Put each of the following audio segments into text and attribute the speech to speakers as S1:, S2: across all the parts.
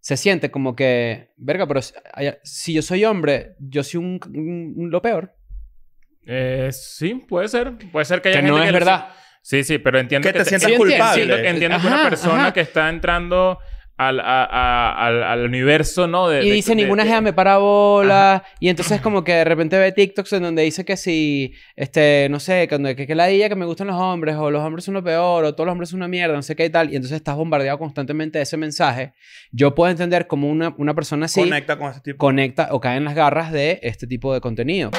S1: se siente como que, verga, pero si, ay, si yo soy hombre, yo soy un, un- un- lo peor.
S2: Eh, sí, puede ser. Puede ser que haya
S1: Que
S2: gente
S1: no es
S2: que lo-
S1: verdad.
S2: Sí, sí, pero entiendo
S3: Que te sientas
S1: sí, entiendo,
S3: culpable.
S2: Entiendo, entiendo que una
S1: Ajá,
S2: persona
S1: ajá.
S2: que está entrando al, a- a- al, al universo, ¿no? De,
S1: y
S2: de-
S1: dice,
S2: de-
S1: ninguna
S2: de-
S1: jea me para bola. Y entonces como que de repente ve TikToks en donde dice que si, este, no sé, cuando- que, que la idea que me gustan los hombres, o los hombres son lo peor, o todos los hombres son una mierda, no sé qué y tal. Y entonces estás bombardeado constantemente de ese mensaje. Yo puedo entender como una, una persona así
S3: Conecta con ese tipo.
S1: conecta o cae en las garras de este tipo de contenido.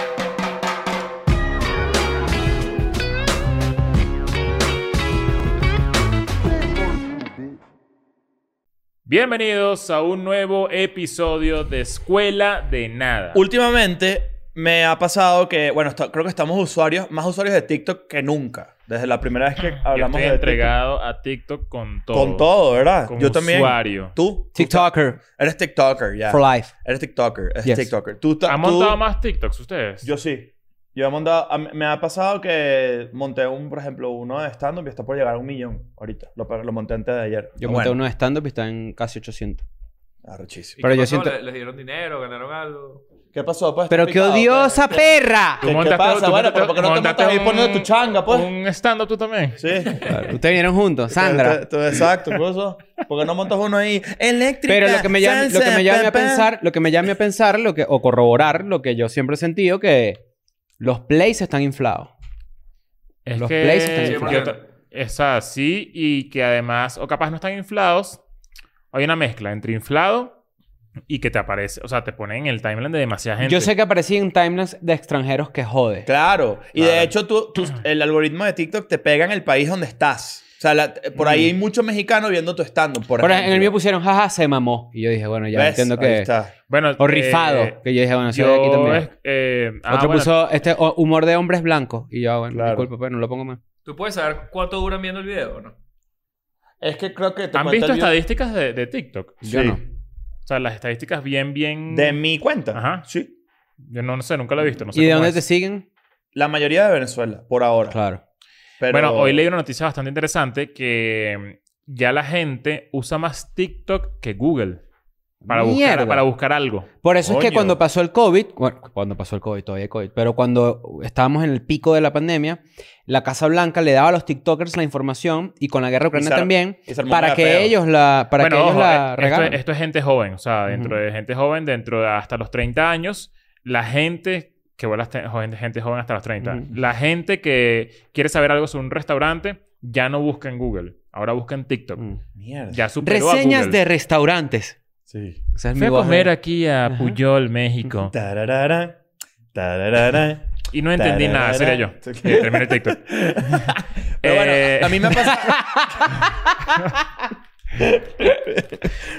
S2: Bienvenidos a un nuevo episodio de Escuela de Nada.
S3: Últimamente me ha pasado que, bueno, esto- creo que estamos usuarios, más usuarios de TikTok que nunca. Desde la primera vez que
S2: Yo
S3: hablamos
S2: estoy
S3: de
S2: entregado a TikTok con todo.
S3: TikTok. Con todo, ¿verdad?
S2: Como
S3: Yo también.
S2: usuario.
S3: Tú.
S1: TikToker
S3: Eres TikToker, ya.
S1: for life.
S3: Eres TikToker. Eres
S1: Yes.
S3: TikToker. Tú, ta-
S2: ¿Han
S3: tú-
S2: montado más TikToks ustedes?
S3: Yo sí. Yo he montado... a mí- Me ha pasado que monté un, por ejemplo, uno de stand-up y está por llegar a un millón ahorita. Lo, lo monté antes de ayer.
S1: Yo monté uno de stand-up y está en casi 800.
S3: uno. Arrechísimo.
S4: ¿Y
S1: Pero
S4: qué
S1: yo
S4: pasó?
S1: siento-
S4: ¿Le- ¿Les dieron dinero? ¿Ganaron algo?
S3: ¿Qué pasó? Pues,
S1: ¡Pero
S3: ¿Estás
S1: qué
S3: picado,
S1: odiosa
S3: pues?
S1: perra!
S2: Tú
S3: ¿Qué- qué
S2: montaste-
S3: pasa?
S2: tú
S3: Bueno,
S2: montaste-
S3: pero ¿por qué no te
S2: montaste
S3: montas ahí
S2: un-
S3: poniendo tu changa, pues?
S2: Un stand-up tú también.
S3: Sí.
S1: Ustedes vinieron juntos,
S3: Te-
S1: Sandra.
S3: te- exacto, por eso. Porque no montas uno ahí. Eléctrica.
S1: Pero lo que me llama, lo que me llama a pensar, lo que me llama a pensar, lo que, o corroborar lo que yo siempre he sentido, que los plays están inflados.
S2: Es
S1: Los
S2: que...
S1: plays están
S2: yo-
S4: inflados.
S2: Es así y que además, o capaz no están inflados, hay una mezcla entre inflado y que te aparece, o sea, te ponen en el timeline de demasiada gente.
S1: Yo sé que aparecían timelines de extranjeros que jode.
S3: Claro. Y de
S2: Claro.
S3: hecho, tú, tú- el algoritmo de TikTok te pega en el país donde estás. O sea, la- por ahí hay muchos mexicanos viendo tu stand-up. Por
S1: Ahora,
S3: ejemplo.
S1: Mm. en el mío pusieron, jaja, se mamó. Y yo dije, bueno, ya
S3: ¿Ves?
S1: entiendo
S3: Ahí
S1: que...
S3: está.
S2: Bueno,
S1: O
S2: eh,
S1: rifado. que yo dije, bueno, sí, aquí
S2: yo...
S1: también.
S2: es- eh, ah,
S1: Otro
S2: bueno,
S1: puso este o- humor de hombres blancos. Y yo, ah, bueno,
S3: Claro.
S1: disculpa, pero no lo pongo más.
S4: ¿Tú puedes saber cuánto duran viendo el video o no?
S3: Es que creo que te
S2: ¿Han
S3: cuenta
S2: visto
S3: el video-
S2: estadísticas de, de TikTok?
S1: Yo
S3: Sí.
S1: no.
S2: O sea, las estadísticas bien, bien...
S3: De mi cuenta.
S2: Ajá.
S3: Sí.
S2: Yo no, no sé, nunca lo he visto. No sé
S1: ¿Y de
S2: cómo
S1: dónde
S2: es.
S1: te siguen?
S3: La mayoría de Venezuela, por ahora.
S1: Claro.
S3: Pero-
S2: Bueno, hoy leí una noticia bastante interesante que mm, ya la gente usa más TikTok que Google para, buscar,
S1: Mierda.
S2: para buscar algo.
S1: Por eso es
S3: Coño.
S1: que cuando pasó el COVID, bueno, cuando pasó el COVID, todavía hay COVID, pero cuando estábamos en el pico de la pandemia, la Casa Blanca le daba a los TikTokers la información y con la guerra ucraniana
S3: se ar-
S1: también,
S3: y se armó un
S1: para que
S3: rapeo.
S1: ellos la, para que
S2: Bueno,
S1: ellos
S2: ojo,
S1: la
S2: eh, esto, es,
S1: regaran.
S2: esto es gente joven, o sea, dentro
S1: Ujú.
S2: de gente joven, dentro de hasta los 30 años, la gente que bueno, hasta- joven- gente joven hasta los 30,
S1: Ujú.
S2: la gente que quiere saber algo sobre un restaurante ya no busca en Google, ahora busca en TikTok.
S1: Mm.
S3: Mierda.
S2: Ya superó a
S1: Reseñas
S2: Google.
S1: de restaurantes.
S3: Sí.
S1: O sea, es
S2: Fui
S1: mi
S2: a
S1: voz de-
S2: comer aquí a
S1: Ajá.
S2: Puyol, México,
S3: Tararara. Tararara.
S2: y no entendí nada, sería yo.
S3: Tararara.
S2: Y terminé el TikTok.
S3: Pero
S2: Eh,
S3: bueno, a mí me ha pasado.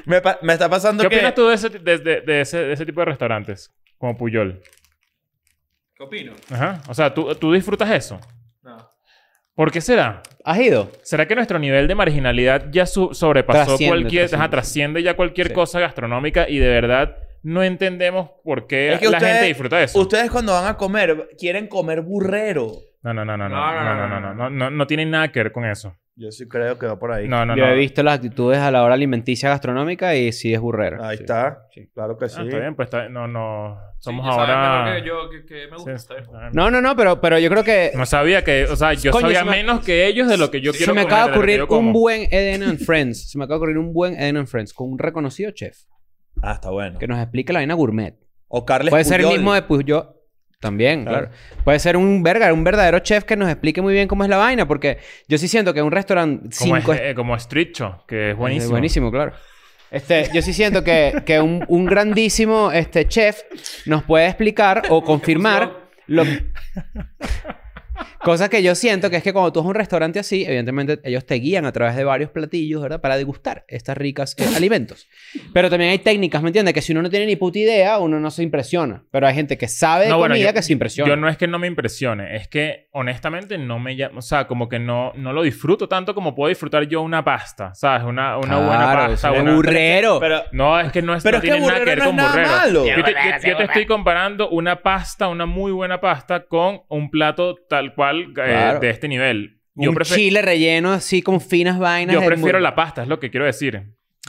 S3: me, pa- me está pasando
S2: ¿Qué
S3: que.
S2: opinas tú de ese, de- de- de ese, de ese tipo de restaurantes? Como Puyol.
S4: ¿Qué opino?
S2: Ajá. O sea, ¿tú, tú disfrutas eso.
S4: No.
S2: ¿Por qué será?
S1: ¿Has ido?
S2: ¿Será que nuestro nivel de marginalidad ya su- sobrepasó
S1: Trasciende,
S2: cualquier...
S1: trasciende.
S2: Ajá, trasciende ya cualquier
S1: Sí.
S2: cosa gastronómica y de verdad no entendemos por qué
S3: Es que
S2: la
S3: ustedes-
S2: gente disfruta de eso?
S3: Ustedes cuando van a comer, quieren comer burrero.
S2: No, no, no, no, no, no, no, no, no, no, no, no tiene nada que ver con eso.
S3: Yo sí creo que va por ahí.
S2: No, no,
S1: Yo
S2: no.
S1: he visto las actitudes a la hora alimenticia gastronómica y sí es burrero.
S3: Ahí
S1: Sí.
S3: está.
S1: Sí.
S3: Claro que
S2: Ah,
S3: sí.
S2: Está bien, pues está... no, no. Somos
S4: Sí, ya saben
S2: ahora.
S4: mejor que yo que, que me
S2: Sí,
S4: gusta.
S2: sí.
S4: está bien.
S1: No, no, no, pero, pero yo creo que
S2: No sabía que, o sea, yo
S1: Coño,
S2: sabía
S1: se me-
S2: menos que ellos de lo que yo
S1: se
S2: quiero
S1: me
S2: comer,
S1: acaba de
S2: de lo que
S1: ocurrir
S2: yo
S1: un
S2: como.
S1: buen Eden and Friends. Se me acaba de ocurrir un buen Eden and Friends con un reconocido chef
S3: Ah, está bueno.
S1: que nos explique la vaina gourmet.
S3: O Carles
S1: Puede ser el
S3: Puyol.
S1: mismo de Puyol. También,
S3: Claro.
S1: claro. Puede ser un verga, un verdadero chef que nos explique muy bien cómo es la vaina, porque yo sí siento que un restaurante
S2: Como,
S1: cinco
S2: es- eh, como Street Show, que es buenísimo.
S1: Es Eh, buenísimo, claro. Este, yo sí siento que, que un, un grandísimo este, chef nos puede explicar o confirmar lo Cosa que yo siento que es que cuando tú vas a un restaurante así, evidentemente ellos te guían a través de varios platillos, ¿verdad? Para degustar estas ricas eh, alimentos. Pero también hay técnicas, ¿me entiendes? Que si uno no tiene ni puta idea, uno no se impresiona. Pero hay gente que sabe de
S2: No, bueno,
S1: comida
S2: yo-
S1: que se impresiona.
S2: Yo no es que no me impresione, es que honestamente no me llama, o sea, como que no, no lo disfruto tanto como puedo disfrutar yo una pasta, ¿sabes? Una, una buena
S1: Claro,
S2: pasta.
S1: eso es
S2: una-
S1: burrero.
S3: Pero,
S2: No, es que no, es,
S3: pero
S2: no
S3: es que
S2: tiene nada que
S3: burrero
S2: ver
S3: no es
S2: con
S3: nada
S2: burrero.
S3: malo.
S2: Yo te, yo- yo te estoy comparando una pasta, una muy buena pasta, con un plato tal cual eh,
S1: Claro.
S2: de este nivel. Yo,
S1: un
S2: prefe-
S1: chile relleno así con finas vainas.
S2: yo
S1: de-
S2: prefiero la pasta, es lo que quiero decir.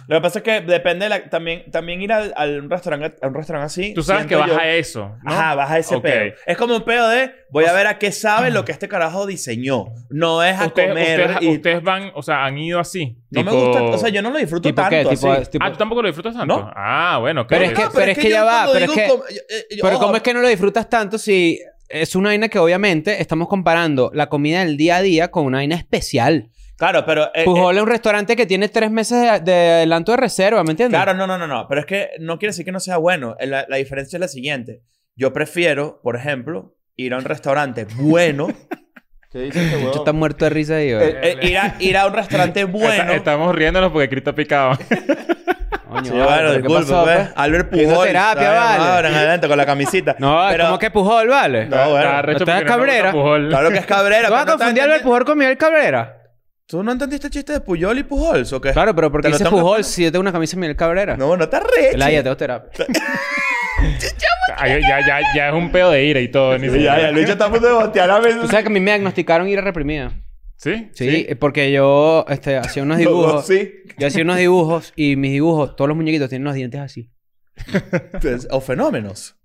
S3: Lo que pasa es que depende de la- también, también ir al, al restaurante, a un restaurante así.
S2: Tú sabes que
S3: siento yo-
S2: baja eso, ¿no?
S3: Ajá, baja ese
S2: Ok.
S3: pedo. Es como un pedo de voy a ver a qué sabe lo que este carajo diseñó. No es a
S2: Ustedes,
S3: comer.
S2: ustedes-
S3: y
S2: ustedes van, o sea, han ido así.
S3: no me
S2: tipo-
S3: gusta. O sea, yo no lo disfruto
S1: ¿Tipo qué?
S3: tanto.
S1: Tipo,
S3: así.
S1: es- tipo-
S2: Ah, ¿tú tampoco lo disfrutas tanto?
S3: No.
S2: Ah, bueno.
S1: Pero
S2: claro.
S1: es que- ya
S3: yo
S1: va,
S3: cuando
S1: pero es
S3: digo
S1: que-
S3: com- yo- yo- yo-
S1: Pero
S3: ojo,
S1: ¿cómo es que no lo disfrutas tanto si es una vaina que obviamente estamos comparando la comida del día a día con una vaina especial?
S3: Claro, pero. eh, eh,
S1: Pujol es un restaurante que tiene tres meses de, de adelanto de reserva, ¿me entiendes?
S3: Claro, no, no, no, no. Pero es que no quiere decir que no sea bueno. Eh, La, la diferencia es la siguiente. Yo prefiero, por ejemplo, ir a un restaurante bueno. ¿Qué dices, este
S1: Tú estás muerto de risa ahí, ¿verdad?
S3: Eh, eh, ir, a, ir a un restaurante bueno.
S2: Está- estamos riéndonos porque Cristo picaba.
S1: Coño,
S3: Sí,
S1: vale,
S3: bueno,
S1: ¿pero qué
S3: disculpe,
S1: pasó,
S3: pues.
S1: pues?
S3: Albert
S1: Yendo a
S3: Pujol.
S1: terapia,
S3: ¿sabes?
S1: vale.
S3: Ahora en adelante con la camisita.
S1: No, es
S3: Pero-
S1: como que Pujol, ¿vale?
S3: No, bueno.
S2: Está recho
S1: ¿No te das
S2: porque me gusta
S1: Cabrera?
S2: Pujol.
S3: Claro que es Cabrera.
S1: ¿Tú vas a
S3: pero
S1: confundir
S3: no estás
S1: a Albert
S3: entendiendo-
S1: Pujol con Miguel Cabrera?
S3: ¿Tú no entendiste el chiste de Puyol y Pujols o qué?
S1: Claro, pero ¿por
S3: Te
S1: qué
S3: lo
S1: dices
S3: tengo que
S1: Pujol
S3: poner.
S1: si yo tengo una camisa de Miguel Cabrera?
S3: No, no te arreches.
S1: Laia, te hago terapia.
S2: Ah, ya- ya, ya, ya es un pedo de ira y todo. ni
S3: Sí,
S2: siquiera-
S3: ya, ya, el bicho está a punto de botear a
S1: Tú
S3: veces.
S1: sabes que a mí me diagnosticaron ira reprimida.
S2: ¿Sí?
S1: Sí, eh, porque yo este, hacía unos dibujos.
S3: Sí.
S1: Yo hacía unos dibujos y mis dibujos, todos los muñequitos tienen los dientes así.
S3: Entonces, O fenómenos.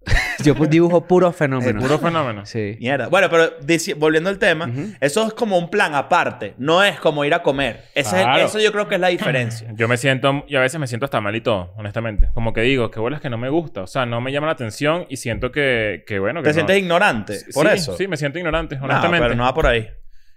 S1: Yo pues, dibujo puros fenómenos.
S2: Puro fenómeno.
S1: Sí.
S3: Mierda. Bueno, pero dici- volviendo al tema,
S1: Ujú.
S3: eso es como un plan aparte. No es como ir a comer. Ese es-
S2: Claro.
S3: eso yo creo que es la diferencia.
S2: Yo me siento, y a veces me siento hasta mal y todo, honestamente. Como que digo, qué bolas que no me gusta. O sea, no me llama la atención y siento que, que bueno,
S3: te
S2: que no.
S3: sientes ignorante.
S2: Sí,
S3: Por eso.
S2: Sí, me siento ignorante,
S3: No,
S2: honestamente.
S3: pero no va por ahí.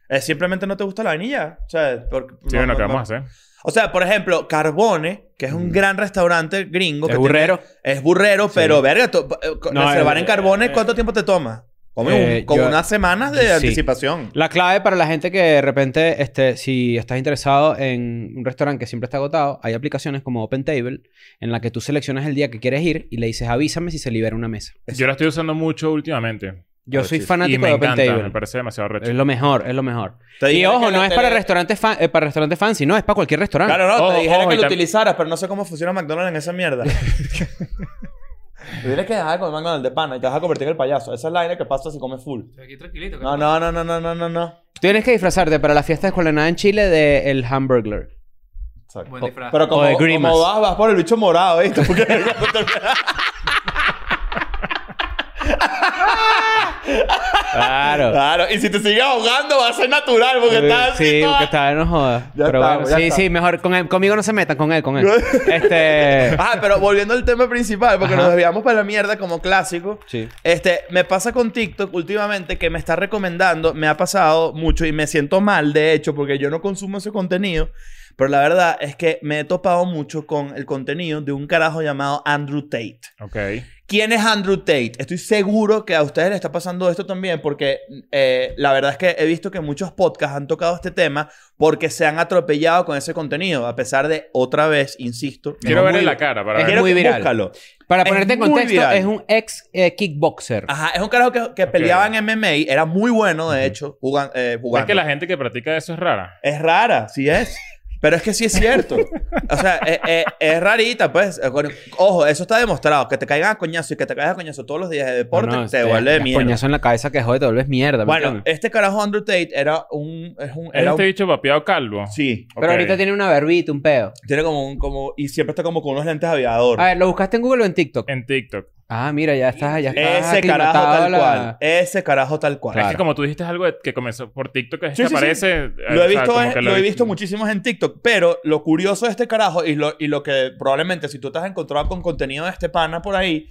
S3: Eh, simplemente no te gusta la vainilla. O sea, por-
S2: Sí,
S3: no-
S2: bueno,
S3: no-
S2: ¿qué
S3: no-
S2: vamos a hacer?
S3: O sea, por ejemplo, Carbone, que es un gran restaurante gringo.
S1: Es
S3: que
S1: burrero.
S3: tiene- es burrero, pero verga, to- eh, co-
S1: No,
S3: reservar
S1: eh,
S3: en Carbone, ¿cuánto tiempo te toma? Como, un-
S1: eh,
S3: como
S1: yo-
S3: unas semanas de
S1: sí.
S3: anticipación.
S1: La clave para la gente que de repente, este, si estás interesado en un restaurante que siempre está agotado, hay aplicaciones como Open Table en la que tú seleccionas el día que quieres ir y le dices avísame si se libera una mesa.
S2: Yo la estoy usando mucho últimamente.
S1: Yo soy
S3: Arrechísimo.
S2: Y
S1: fanático
S2: me
S1: de Open
S2: encanta, me
S1: Table.
S2: parece demasiado
S1: Es
S2: recho.
S1: lo mejor, es lo mejor.
S3: Te
S1: Y
S3: dijeron
S1: ojo,
S3: que
S1: no
S3: la
S1: es para
S3: tele-
S1: restaurantes fan- eh, para restaurantes fancy, no, es para cualquier restaurante.
S3: Claro, no,
S2: Ojo,
S3: te dijeron
S2: ojo,
S3: que
S2: y
S3: lo
S2: tam-
S3: utilizaras, pero no sé cómo funciona McDonald's en esa mierda. Tienes que dejar de comer McDonald's de pana y te vas a convertir en el payaso. Esa es la vaina que pasa si comes full.
S4: Estoy aquí tranquilito.
S3: No, no, no, no, no, no, no, no.
S1: Tú tienes que disfrazarte para la fiesta de escuela en Chile de el Hamburglar.
S3: Exacto.
S4: Buen disfraz.
S3: Pero
S1: O
S3: como,
S1: de Grimace.
S3: como vas, vas por el bicho morado, ¿viste? Porque
S2: Ah,
S1: Claro.
S3: Claro, y si te sigues ahogando va a ser natural porque estás así
S1: Eh, Sí,
S3: toda-
S1: porque está, no jodas.
S3: Ya
S1: Pero
S3: estamos,
S1: bueno,
S3: ya
S1: sí,
S3: estamos.
S1: sí, mejor con él. Conmigo no se metan, con él, con él. este.
S3: Ah, pero volviendo al tema principal, porque
S1: Ajá.
S3: nos desviamos para la mierda como clásico.
S1: Sí.
S3: Este, me pasa con TikTok últimamente que me está recomendando, me ha pasado mucho y me siento mal, de hecho, porque yo no consumo ese contenido. Pero la verdad es que me he topado mucho con el contenido de un carajo llamado Andrew Tate.
S2: Ok.
S3: ¿Quién es Andrew Tate? Estoy seguro que a ustedes les está pasando esto también porque eh, la verdad es que he visto que muchos podcasts han tocado este tema porque se han atropellado con ese contenido, a pesar de, otra vez, insisto,
S2: Quiero
S3: no
S2: verle
S3: muy-
S2: la cara para
S1: es
S2: ver.
S3: Quiero
S1: muy
S3: que-
S1: viral.
S3: búscalo.
S1: Para
S3: Es
S1: ponerte en
S3: muy
S1: contexto,
S3: viral. Ah,
S1: es un ex eh, kickboxer.
S3: Ajá, es un carajo que, que
S2: Ok.
S3: peleaba en MMA, era muy bueno, de hecho, jugan- eh,
S2: Es
S3: jugando.
S2: que la gente que practica eso es rara.
S3: Es rara, sí es. Pero es que sí es cierto. O sea, eh, eh, es, rarita, pues. Eh, bueno, Ojo, eso está demostrado. Que te caigan a coñazo y que te caigas a coñazo todos los días de
S1: No,
S3: deporte,
S1: no,
S3: te
S1: este,
S3: vuelve
S1: las
S3: mierda.
S1: Coñazo en la cabeza que jode, te vuelves mierda. ¿me
S3: Bueno,
S1: entiendes?
S3: este carajo Andrew Tate era un... Es un
S2: ¿Es
S3: era un-
S2: este bicho papeado calvo?
S3: Sí.
S1: Pero
S2: Ok.
S1: ahorita tiene una barbita, un pedo.
S3: Tiene como un... Como, y siempre está como con unos lentes aviador.
S1: A ver, ¿lo buscaste en Google o en TikTok?
S2: En TikTok.
S1: Ah, mira, ya estás, ya estás.
S3: Ese carajo
S1: aclimatado a
S3: tal
S1: la-
S3: cual. Ese carajo tal cual.
S1: ah, Claro.
S2: Es que como tú dijiste es algo de- que comenzó por TikTok, es que
S3: Sí, sí, sí.
S2: aparece... eh,
S3: Lo
S2: o sea,
S3: he, visto,
S2: como
S3: es-
S2: que
S3: lo he visto muchísimos en TikTok, pero lo curioso de este carajo y lo, y lo que probablemente si tú te has encontrado con contenido de este pana por ahí,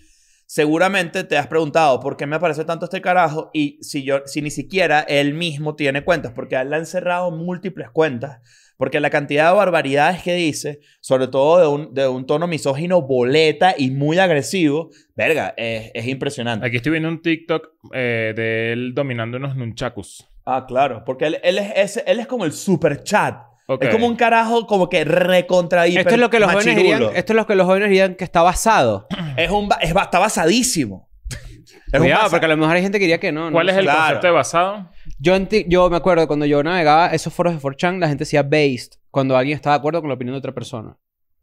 S3: seguramente te has preguntado por qué me aparece tanto este carajo y si, yo, si ni siquiera él mismo tiene cuentas, porque a él le han cerrado múltiples cuentas, porque la cantidad de barbaridades que dice, sobre todo de un, de un tono misógino, boleta y muy agresivo, verga, es, es impresionante.
S2: Aquí estoy viendo un TikTok eh, de él dominando unos nunchakus.
S3: Ah, claro, porque él, él es, ese- él es como el super chat.
S2: Ok.
S3: Es como un carajo como que recontra hiper
S1: Esto es lo que los jóvenes
S3: machirulo.
S1: dirían, esto es lo que los jóvenes dirían que está basado.
S3: Es un ba- es ba- está basadísimo. Es un
S1: Cuidado,
S3: basa-
S1: porque a lo mejor hay gente que diría que no. no
S2: ¿Cuál
S1: lo
S2: es
S1: sé.
S2: el
S3: Claro.
S2: concepto de basado?
S1: Yo, en ti- yo me acuerdo cuando yo navegaba esos foros de 4chan, la gente decía based cuando alguien estaba de acuerdo con la opinión de otra persona.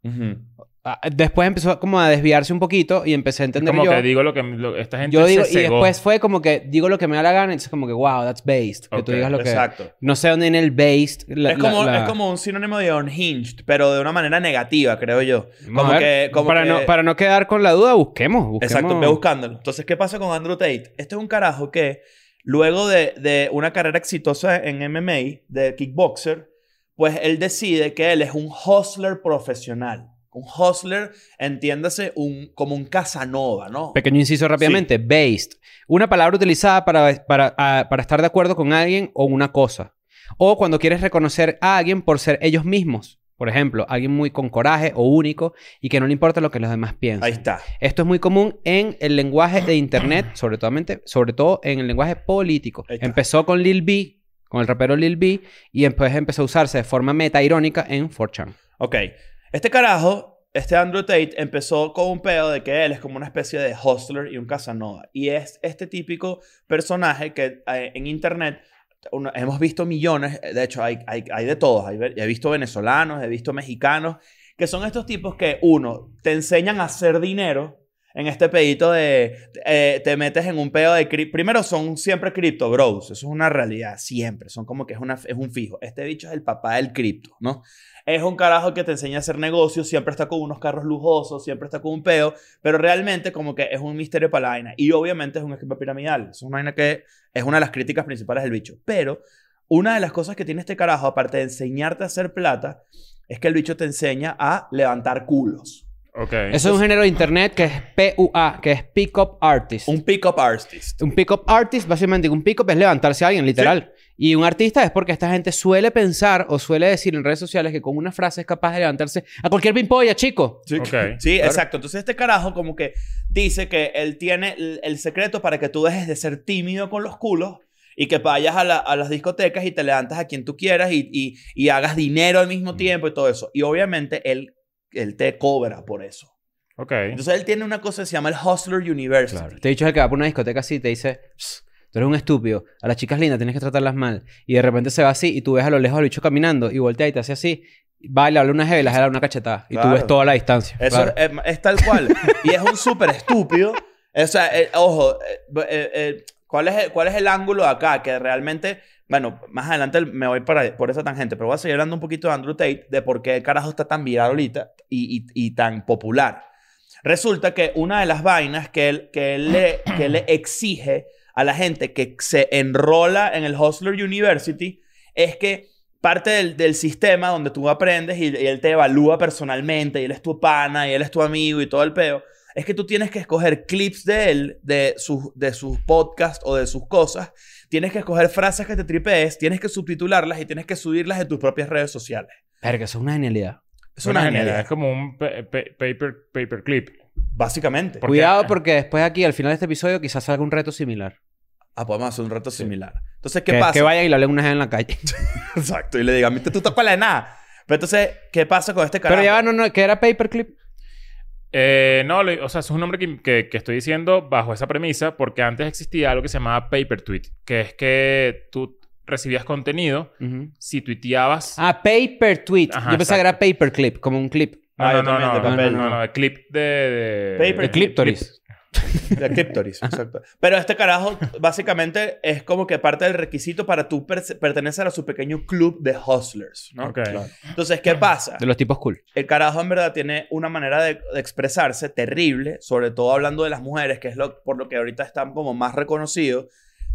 S3: Ujú.
S1: Ah, Después empezó como a desviarse un poquito y empecé a entender
S2: Como
S1: yo.
S2: que digo lo que lo- esta gente
S1: yo digo,
S2: se
S1: y
S2: cegó.
S1: después fue como que digo lo que me da la gana, entonces como que, wow, that's based. Que tú
S2: Ok,
S1: digas lo que.
S3: Exacto.
S1: No sé dónde en el based. la-
S3: es, como,
S1: la- la-
S3: es como un sinónimo de unhinged, pero de una manera negativa, creo yo.
S1: Vamos
S3: Como
S1: a ver,
S3: que, como
S1: para,
S3: que-
S1: no, para no quedar con la duda, busquemos. busquemos.
S3: Exacto, ve buscándolo. Entonces, ¿qué pasa con Andrew Tate? Este es un carajo que, luego de, de una carrera exitosa en MMA, de kickboxer, pues él decide que él es un hustler profesional. Un hustler, entiéndase, un, como un Casanova, ¿no?
S1: Pequeño inciso rápidamente. Based. Una palabra utilizada para, para, ah, para estar de acuerdo con alguien o una cosa. O cuando quieres reconocer a alguien por ser ellos mismos. Por ejemplo, alguien muy con coraje o único y que no le importa lo que los demás piensan.
S3: Ahí está.
S1: Esto es muy común en el lenguaje de internet, sobre todo, sobre todo en el lenguaje político.
S3: Ahí está.
S1: Empezó con Lil B, con el rapero Lil B, y después empezó a usarse de forma meta irónica en 4chan.
S3: Ok. Este carajo, este Andrew Tate, empezó con un pedo de que él es como una especie de hustler y un Casanova. Y es este típico personaje que eh, en internet uno- hemos visto millones, eh, de hecho hay, hay, hay de todos. Hay ve- he visto venezolanos, he visto mexicanos, que son estos tipos que, uno, te enseñan a hacer dinero. En este pedito de eh, te metes en un pedo de cri- Primero son siempre cripto bros. Eso es una realidad. Siempre. Son como que es, una, es un fijo. Este bicho es el papá del cripto, ¿no? Es un carajo que te enseña a hacer negocios, siempre está con unos carros lujosos, siempre está con un peo, pero realmente como que es un misterio para la vaina. Y obviamente es un esquema piramidal. Es una vaina que es una de las críticas principales del bicho. Pero una de las cosas que tiene este carajo, aparte de enseñarte a hacer plata, es que el bicho te enseña a levantar culos.
S2: Ok.
S1: Eso es un género de internet que es PUA, que es Pick Up Artist.
S3: Un pick-up artist.
S1: Un pick-up artist, básicamente, un pick-up es levantarse a alguien, literal. Y un artista es porque esta gente suele pensar o suele decir en redes sociales que con una frase es capaz de levantarse a cualquier pimpolla, chico.
S3: Sí,
S2: Ok.
S3: sí exacto. Entonces este carajo como que dice que él tiene el, el secreto para que tú dejes de ser tímido con los culos y que vayas a, la- a las discotecas y te levantas a quien tú quieras y, y- y hagas dinero al mismo tiempo y todo eso. Y obviamente él, él te cobra por eso.
S2: Ok.
S3: Entonces él tiene una cosa que se llama el Hustler University.
S1: Te he dicho es el que va por una discoteca así y te dice, "Psst, tú eres un estúpido, a las chicas lindas tienes que tratarlas mal. Y de repente se va así y tú ves a lo lejos al bicho caminando y voltea y te hace así. Va, le habla una jeva y le jala una cachetada. Y tú
S3: Claro.
S1: ves toda la distancia.
S3: Eso
S1: Claro.
S3: es, es tal cual. y es un súper estúpido. O sea, eh, ojo, eh, eh, eh, ¿cuál, es el, ¿cuál es el ángulo de acá? Que realmente, bueno, más adelante me voy para, por esa tangente, pero voy a seguir hablando un poquito de Andrew Tate, de por qué el carajo está tan viral ahorita y, y- y tan popular. Resulta que una de las vainas que él, que él le, que él le exige a la gente que se enrola en el Hustler University es que parte del, del sistema donde tú aprendes y, y él te evalúa personalmente y él es tu pana y él es tu amigo y todo el peo, es que tú tienes que escoger clips de él, de sus, de sus podcasts o de sus cosas, tienes que escoger frases que te tripees, tienes que subtitularlas y tienes que subirlas en tus propias redes sociales.
S1: Verga, eso es una genialidad.
S3: Es una genialidad,
S2: Es como un pe- pe- paper, paperclip.
S3: básicamente.
S2: ¿Por qué?
S1: Cuidado porque después aquí, al final de este episodio, quizás salga un reto similar.
S3: Ah, podemos hacer un reto similar. Entonces, ¿qué
S1: Que,
S3: pasa?
S1: que vaya y le hable una jeva en la calle.
S3: Exacto, y le diga, "Mira, tú tocas la de nada. Pero entonces, ¿qué pasa con este carajo?
S1: Pero ya va, no, no, que era paperclip.
S2: Eh, no, le- o sea, es un nombre que, que- que estoy diciendo bajo esa premisa porque antes existía algo que se llamaba paper tweet, que es que tú recibías contenido
S1: Ujú.
S2: si tuiteabas...
S1: Ah, paper tweet.
S2: Ajá,
S1: Yo pensaba que era paperclip, como un clip.
S2: no,
S3: ah,
S2: no,
S3: yo
S2: no, no,
S3: también, de
S2: no,
S3: papel,
S2: no,
S3: ¿no?
S2: no, el clip de... de-
S3: Paper-
S1: El clíptoris.
S3: De Cryptoris, exacto. Pero este carajo, básicamente, es como que parte del requisito para tú per- pertenecer a su pequeño club de hustlers, ¿no?
S2: Ok.
S3: Entonces, ¿qué pasa?
S1: De los tipos cool.
S3: El carajo, en verdad, tiene una manera de, de expresarse terrible, sobre todo hablando de las mujeres, que es lo, por lo que ahorita están como más reconocidos.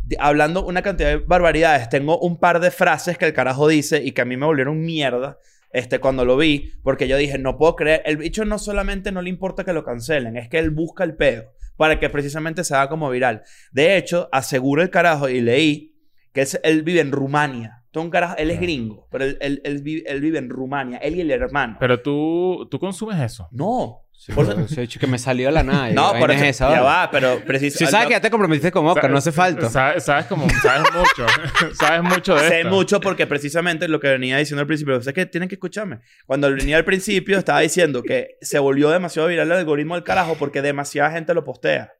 S3: De- hablando una cantidad de barbaridades. Tengo un par de frases que el carajo dice y que a mí me volvieron mierda. Este, cuando lo vi, porque yo dije, no puedo creer, el bicho no solamente no le importa que lo cancelen, es que él busca el pedo para que precisamente se haga como viral. De hecho, aseguro el carajo y leí que es- él vive en Rumania. Entonces, un carajo, él es
S2: Ah.
S3: gringo, pero él, él- él vi- él vive en Rumania, él y el hermano.
S2: Pero tú, tú consumes eso.
S3: No, Por eso-
S1: Por eso, que me salió de la nada.
S3: no,
S1: Yo,
S3: por
S1: "Ay,
S3: eso,
S1: es esa,
S3: ya
S1: ¿vale?".
S3: va, pero
S1: Si
S3: precisamente...
S1: sabes que ya te comprometiste con Oscar, no hace falta.
S2: Sabes, sabes como... Sabes mucho. sabes mucho de
S3: sé
S2: esto.
S3: mucho porque precisamente lo que venía diciendo al principio, o sea que tienen que escucharme. Cuando venía al principio estaba diciendo que se volvió demasiado viral el algoritmo del carajo porque demasiada gente lo postea.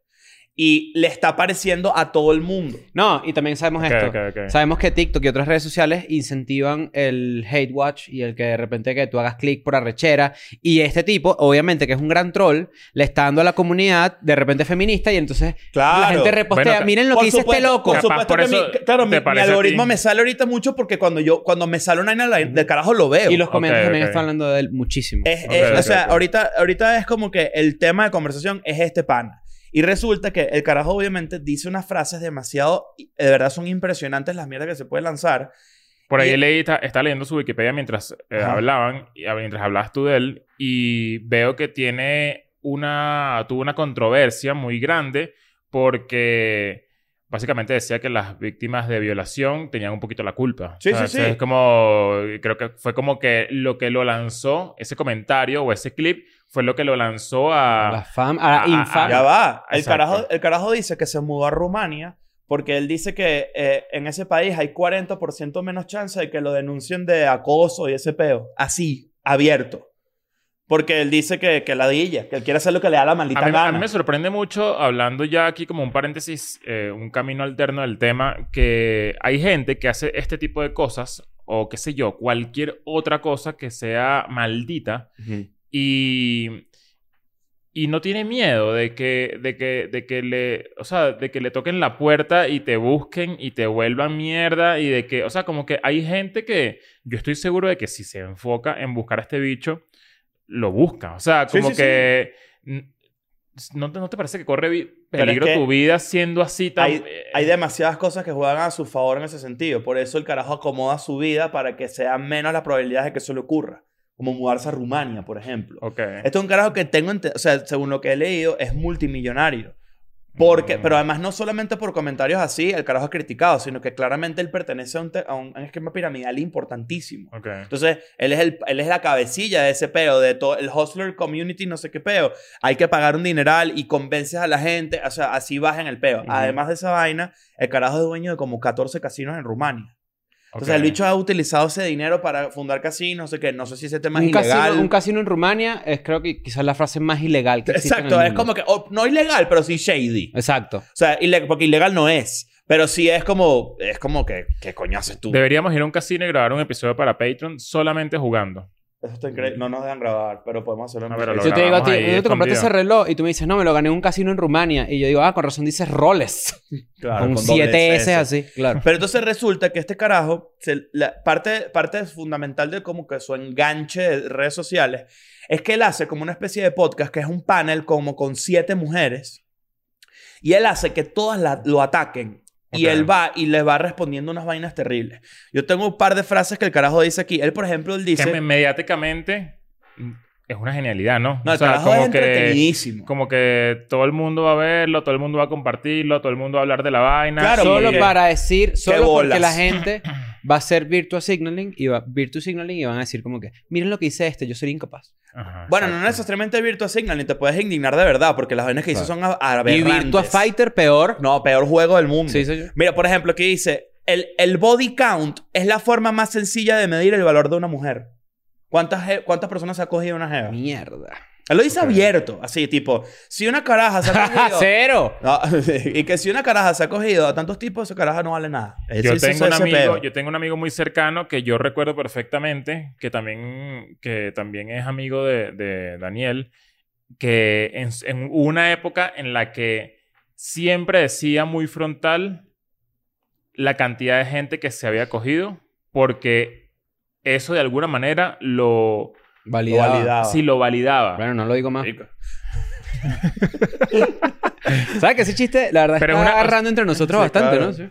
S3: y le está pareciendo a todo el mundo.
S1: No, y también sabemos
S2: Ok,
S1: esto.
S2: ok, ok.
S1: Sabemos que TikTok y otras redes sociales incentivan el hate watch y el que de repente que tú hagas clic por arrechera. Y este tipo, obviamente, que es un gran troll, le está dando a la comunidad de repente feminista y entonces
S3: Claro.
S1: la gente repostea.
S2: Bueno, ca-
S1: Miren lo
S3: Por
S1: que dice este
S3: supuesto,
S1: loco.
S2: Capaz
S3: Por supuesto
S2: por
S3: que
S2: eso
S3: mi, claro, mi-
S2: te
S3: mi
S2: parece a
S3: algoritmo
S2: ti.
S3: me sale ahorita mucho porque cuando yo cuando me sale una vaina del carajo lo veo.
S1: Y los
S2: Ok,
S1: comentarios también
S2: ok.
S1: están hablando de él muchísimo.
S3: Es-
S2: Ok,
S3: es-
S2: ok,
S3: o sea,
S2: ok.
S3: Ahorita, ahorita es como que el tema de conversación es este pana. Y resulta que el carajo obviamente dice unas frases demasiado, de verdad son impresionantes las mierdas que se puede lanzar.
S2: Por ahí
S3: Y-
S2: leí, está- estaba leyendo su Wikipedia mientras eh,
S3: Ajá.
S2: hablaban, y, ah, mientras hablabas tú de él, y veo que tiene una, tuvo una controversia muy grande porque básicamente decía que las víctimas de violación tenían un poquito la culpa.
S3: Sí, sí,
S2: entonces
S3: sí.
S2: Es como, creo que fue como que lo que lo lanzó, ese comentario o ese clip, fue lo que lo lanzó a...
S1: la fam, a la
S2: ah,
S1: infam.
S2: ah,
S3: Ya va. El
S2: Exacto.
S3: carajo, el carajo dice que se mudó a Rumania porque él dice que eh, en ese país hay 40% menos chance de que lo denuncien de acoso y ese peo. Así, abierto. Porque él dice que, que ladilla, que él quiere hacer lo que le da la maldita
S2: A mí, a
S3: gana.
S2: mí me sorprende mucho, hablando ya aquí como un paréntesis, eh, un camino alterno del tema, que hay gente que hace este tipo de cosas, o qué sé yo, cualquier otra cosa que sea maldita,
S1: Ujú.
S2: y, y no tiene miedo de que, de, que, de, que le, o sea, de que le toquen la puerta y te busquen y te vuelvan mierda y de que, o sea, como que hay gente que yo estoy seguro de que si se enfoca en buscar a este bicho, lo busca. O sea,
S3: Sí,
S2: como
S3: sí,
S2: que... n- ¿No te, ¿No te parece que corre vi-
S3: Pero es
S2: peligro
S3: que
S2: tu vida siendo así tan... eh,
S3: Hay demasiadas cosas que juegan a su favor en ese sentido. Por eso el carajo acomoda su vida para que sean menos las probabilidades de que eso le ocurra. Como mudarse a Rumania, por ejemplo.
S2: Ok.
S3: Este es un carajo que tengo, ente- o sea, según lo que he leído, es multimillonario. Porque,
S2: Mm.
S3: pero además no solamente por comentarios así, el carajo es criticado, sino que claramente él pertenece a un, te- a un- a un esquema piramidal importantísimo.
S2: Ok.
S3: Entonces, él es, el, él es la cabecilla de ese peo, de todo el hustler community, no sé qué peo. Hay que pagar un dineral y convences a la gente, o sea, así baja en el peo.
S2: Ujú.
S3: Además de esa vaina, el carajo es dueño de como 14 casinos en Rumania.
S2: ok.
S3: Entonces, el bicho ha utilizado ese dinero para fundar casinos, no sé qué, no sé si ese tema
S1: Un,
S3: es ilegal.
S1: casino, un casino en Rumania es creo que quizás la frase más ilegal que existe.
S3: Exacto, es como que o- no ilegal, pero sí shady. O
S1: Exacto.
S3: sea, ile- porque ilegal no es, pero sí es como es como que qué coño haces tú.
S2: Deberíamos ir a un casino y grabar un episodio para Patreon solamente jugando.
S3: Eso está increíble. No nos dejan grabar, pero podemos hacerlo en
S2: A ver,
S3: video.
S2: lo
S1: Yo te digo a ti,
S2: grabamos ahí,
S1: "Oye, tú te compraste ese
S2: escondido".
S1: reloj y tú me dices, no, me lo gané en un casino en Rumania. Y yo digo, ah, con razón dices roles.
S3: Claro,
S1: con,
S3: con doble
S1: 7 S
S3: S.
S1: así, claro.
S3: Pero entonces resulta que este carajo, se- la parte, parte fundamental de como que su enganche de redes sociales es que él hace como una especie de podcast que es un panel como con siete mujeres y él hace que todas la- lo ataquen. Y
S2: Ok.
S3: él va y le va respondiendo unas vainas terribles. Yo tengo un par de frases que el carajo dice aquí. Él, por ejemplo, él dice...
S2: que mediáticamente mm, es una genialidad, ¿no?
S3: No, el carajo es entretenidísimo.
S2: como que todo el mundo va a verlo, todo el mundo va a compartirlo, todo el mundo va a hablar de la vaina.
S3: Claro,
S1: solo
S3: porque-
S1: para decir, solo porque
S3: bolas.
S1: la gente va a hacer virtual signaling y va virtual signaling y van a decir como que, miren lo que hice este, yo sería incapaz.
S2: Ajá,
S3: Bueno, no
S2: exacto.
S3: necesariamente Virtua Signal, ni te puedes indignar de verdad, porque las vainas que hizo son a- aberrantes.
S1: Y Virtua Fighter peor.
S3: No, peor juego del mundo.
S1: Sí, soy yo.
S3: Mira, por ejemplo, aquí dice, el, el body count es la forma más sencilla de medir el valor de una mujer. ¿Cuántas, je- cuántas personas se ha cogido una jeva?
S1: Mierda.
S3: Él lo dice
S2: Ok.
S3: abierto, así, tipo, si una caraja se ha cogido...
S1: Ah, Cero.
S3: No, y que si una caraja se ha cogido a tantos tipos, esa caraja no vale nada. Ese-
S2: Yo
S3: ese-
S2: tengo, un
S3: ese
S2: amigo,
S3: peo.
S2: yo tengo un amigo muy cercano que yo recuerdo perfectamente, que también, que también es amigo de, de Daniel, que en, en una época en la que siempre decía muy frontal la cantidad de gente que se había cogido, porque eso de alguna manera lo,
S3: Lo
S1: Validado.
S3: validaba.
S2: sí lo validaba.
S1: Bueno, no lo digo más.
S3: Marico.
S1: ¿Sabes que ese chiste, la verdad,
S2: Pero
S1: está
S2: una-
S1: agarrando entre nosotros
S3: Sí,
S1: bastante,
S3: claro.
S1: ¿no? Sí.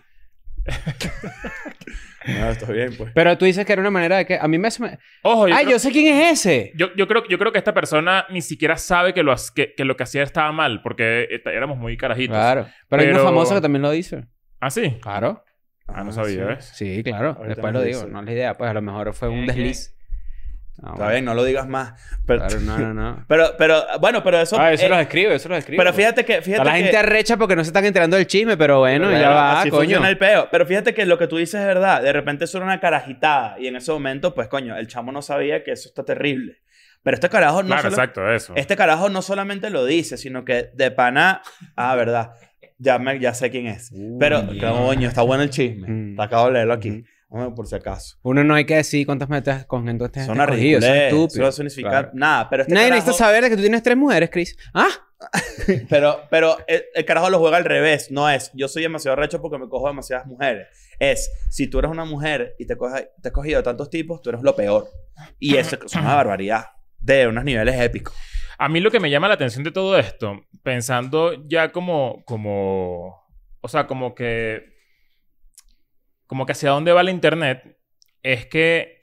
S3: No, está bien, pues.
S1: Pero tú dices que era una manera de que... A mí me... hace-
S2: Ojo, yo,
S1: Ay,
S2: creo,
S1: Ah, yo sé quién es ese.
S2: yo- yo creo, yo creo que esta persona ni siquiera sabe que lo, ha- que, que lo que hacía estaba mal, porque eh, éramos muy carajitos.
S1: Claro. Pero hay uno
S2: Pero-
S1: famoso que también lo dice.
S2: ¿Ah, sí?
S1: Claro.
S2: Ah, no
S3: Ah,
S2: sabía,
S3: sí.
S2: ¿ves?
S1: Sí, claro.
S3: Ahorita
S1: Después
S3: me
S1: lo digo.
S3: dice.
S1: No es la idea. Pues a lo mejor fue un
S4: ¿Qué?
S1: desliz. Ah,
S3: Está
S1: bueno.
S3: bien, no lo digas más. Pero,
S1: Claro, no, no, no.
S3: pero, pero, bueno, pero eso...
S1: ah, eso
S3: eh,
S1: los escribe, eso los escribe.
S3: pero fíjate que... Fíjate
S1: Está la
S3: que-
S1: gente arrecha porque no se están enterando del chisme, pero bueno, ya
S3: Claro,
S1: va,
S3: así
S1: coño.
S3: funciona el peo. Pero fíjate que lo que tú dices es verdad. De repente eso era una carajitada. Y en ese momento, pues coño, el chamo no sabía que eso está terrible. Pero este carajo no,
S2: claro,
S3: solo-
S2: exacto, eso.
S3: este carajo no solamente lo dice, sino que de pana. Ah, verdad. Ya, me- ya sé quién es. Pero,
S2: bien.
S3: coño, está bueno el chisme.
S1: Uh, Mm.
S3: Te acabo de leerlo aquí.
S1: Ujú.
S3: Vamos, por si acaso.
S1: Uno no hay que decir cuántas metas con entonces
S3: Son ridículas. Eso no significa nada. Pero este
S1: Nadie
S3: carajo-
S1: necesita saber de que tú tienes tres mujeres, Chris. Ah,
S3: Pero, pero el, el carajo lo juega al revés. No es, yo soy demasiado recho porque me cojo demasiadas mujeres. Es, si tú eres una mujer y te, coge- te has cogido de tantos tipos, tú eres lo peor. Y eso es una barbaridad. De unos niveles épicos.
S2: A mí lo que me llama la atención de todo esto, pensando ya como, como, o sea, como que, como que hacia dónde va la internet, es que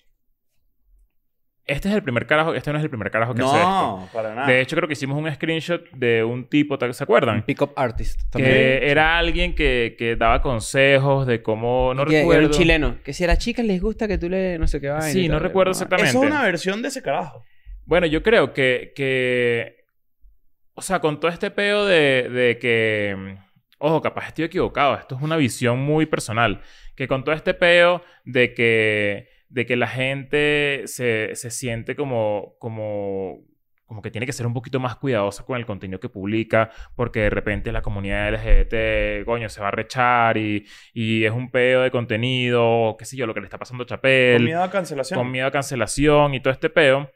S2: este es el primer carajo, este no es el primer carajo que hace esto.
S3: No, para nada.
S2: De hecho, creo que hicimos un screenshot de un tipo, ¿te- ¿se acuerdan?
S1: pick up artist. También.
S2: Que era alguien que, que daba consejos de cómo, no
S1: Que era
S2: recuerdo.
S1: un chileno. Que si a las chicas les gusta que tú le no sé qué vaina.
S2: Sí,
S1: y
S2: no
S1: tal,
S2: recuerdo
S1: ¿no?
S2: exactamente.
S3: eso es una versión de ese carajo.
S2: Bueno, yo creo que, que- O sea, con todo este peo de, de que... mm, Ojo, capaz estoy equivocado. Esto es una visión muy personal. Que con todo este peo de que... De que la gente se, se siente como... como como que tiene que ser un poquito más cuidadosa con el contenido que publica, porque de repente la comunidad LGBT, coño, se va a rechar y, y es un peo de contenido, o qué sé yo, lo que le está pasando a Chapel
S3: Con miedo a cancelación.
S2: con miedo a cancelación y todo este peo,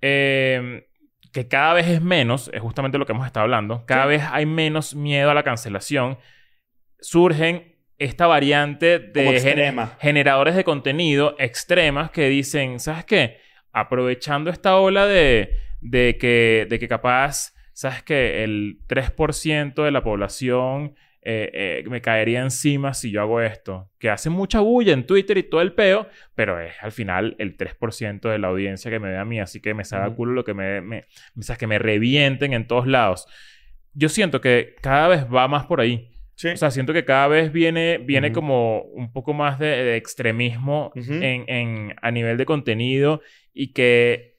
S2: eh, que cada vez es menos, es justamente lo que hemos estado hablando, cada vez hay menos miedo a la cancelación, surgen esta variante
S3: Como
S2: de gener-
S3: extrema.
S2: generadores de contenido extremas que dicen, ¿sabes qué? Aprovechando esta ola de, de, que, de que capaz, ¿sabes qué? El 3% de la población eh, eh, me caería encima si yo hago esto. Que hace mucha bulla en Twitter y todo el peo, pero es al final el 3% de la audiencia que me ve a mí, así que me salga
S1: Ujú.
S2: culo lo que me, me- o sea, que me revienten en todos lados. Yo siento que cada vez va más por ahí.
S3: Sí.
S2: O sea, siento que cada vez viene, viene
S1: Ujú.
S2: como un poco más de, de extremismo
S3: Ujú.
S2: en, en- a nivel de contenido y que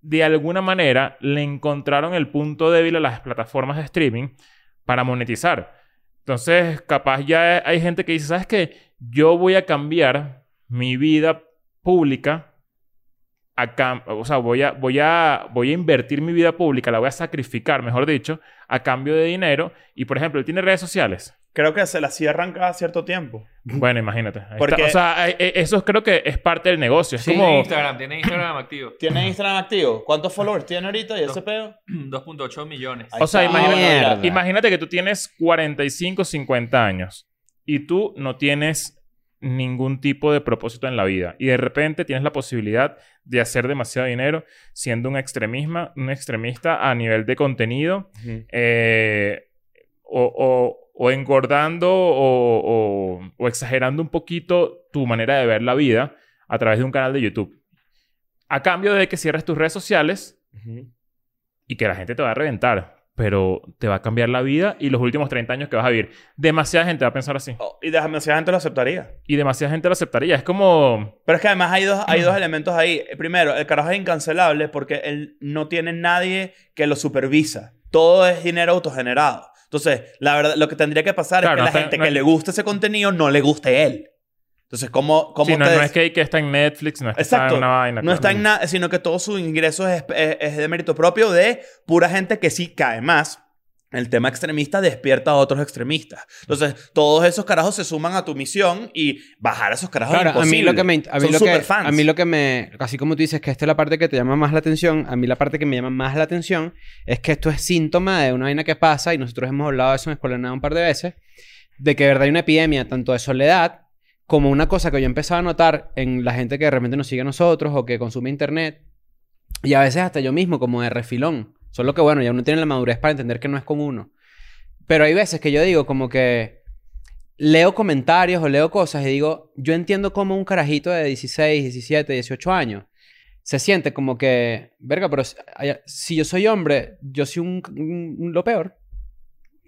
S2: de alguna manera le encontraron el punto débil a las plataformas de streaming para monetizar. Entonces, capaz ya hay gente que dice, ¿sabes qué? Yo voy a cambiar mi vida pública. A cam- o sea, voy a, voy, a, voy a invertir mi vida pública, la voy a sacrificar, mejor dicho, a cambio de dinero. Y, por ejemplo, él tiene redes sociales.
S3: Creo que se la cierran cada cierto tiempo.
S2: Bueno, imagínate. Ahí
S3: Porque-
S2: está. O sea, eh, eh, eso creo que es parte del negocio. Es
S1: Sí.
S2: como...
S4: Tiene Instagram, tiene Instagram activo.
S3: ¿Tiene Instagram activo? ¿Cuántos followers tiene ahorita y ese
S4: No.
S3: pedo?
S4: 2.8 millones.
S3: Ahí
S2: O sea,
S3: está.
S2: imagínate-
S3: Ah, bueno, ya.
S2: Imagínate que tú tienes 45, 50 años y tú no tienes ningún tipo de propósito en la vida y de repente tienes la posibilidad de hacer demasiado dinero siendo un extremisma, un extremista a nivel de contenido
S3: Ujú.
S2: eh, o, o- o engordando o, o- o exagerando un poquito tu manera de ver la vida a través de un canal de YouTube. A cambio de que cierres tus redes sociales
S3: Ujú.
S2: y que la gente te va a reventar, pero te va a cambiar la vida y los últimos 30 años que vas a vivir. Demasiada gente va a pensar así.
S3: Oh, y déjame si la gente lo aceptaría.
S2: Y demasiada gente lo aceptaría. Es como...
S3: Pero es que además hay dos, hay dos elementos ahí. Primero, el carajo es incancelable porque él no tiene nadie que lo supervisa. Todo es dinero autogenerado. Entonces, la verdad, lo que tendría que pasar
S2: Claro,
S3: es que
S2: no
S3: la
S2: está-
S3: gente
S2: no-
S3: que le gusta ese contenido no le guste él. Entonces, ¿cómo, cómo
S2: Sí, no,
S3: te-
S2: no es que, que está en Netflix, no es que está
S3: Exacto.
S2: en una vaina.
S3: no está
S2: claro.
S3: en nada, sino que todo su ingreso es, es- es de mérito propio de pura gente que sí cae más. El tema extremista despierta a otros extremistas. Entonces, todos esos carajos se suman a tu misión y bajar a esos carajos
S1: Claro,
S3: es
S1: a mí
S3: imposible.
S1: lo que me... A mí
S3: Son
S1: lo que,
S3: superfans.
S1: a mí lo que me... Así como tú dices que esta es la parte que te llama más la atención, a mí la parte que me llama más la atención es que esto es síntoma de una vaina que pasa, y nosotros hemos hablado de eso en Escuela de Nada un par de veces, de que de verdad hay una epidemia tanto de soledad como una cosa que yo empezaba a notar en la gente que de repente nos sigue a nosotros o que consume internet, y a veces hasta yo mismo como de refilón. Solo que bueno, ya uno tiene la madurez para entender que no es con uno. Pero hay veces que yo digo como que leo comentarios o leo cosas y digo, yo entiendo cómo un carajito de 16, 17, 18 años se siente como que, verga, pero si, ay- si yo soy hombre, yo soy un, un- un- lo peor.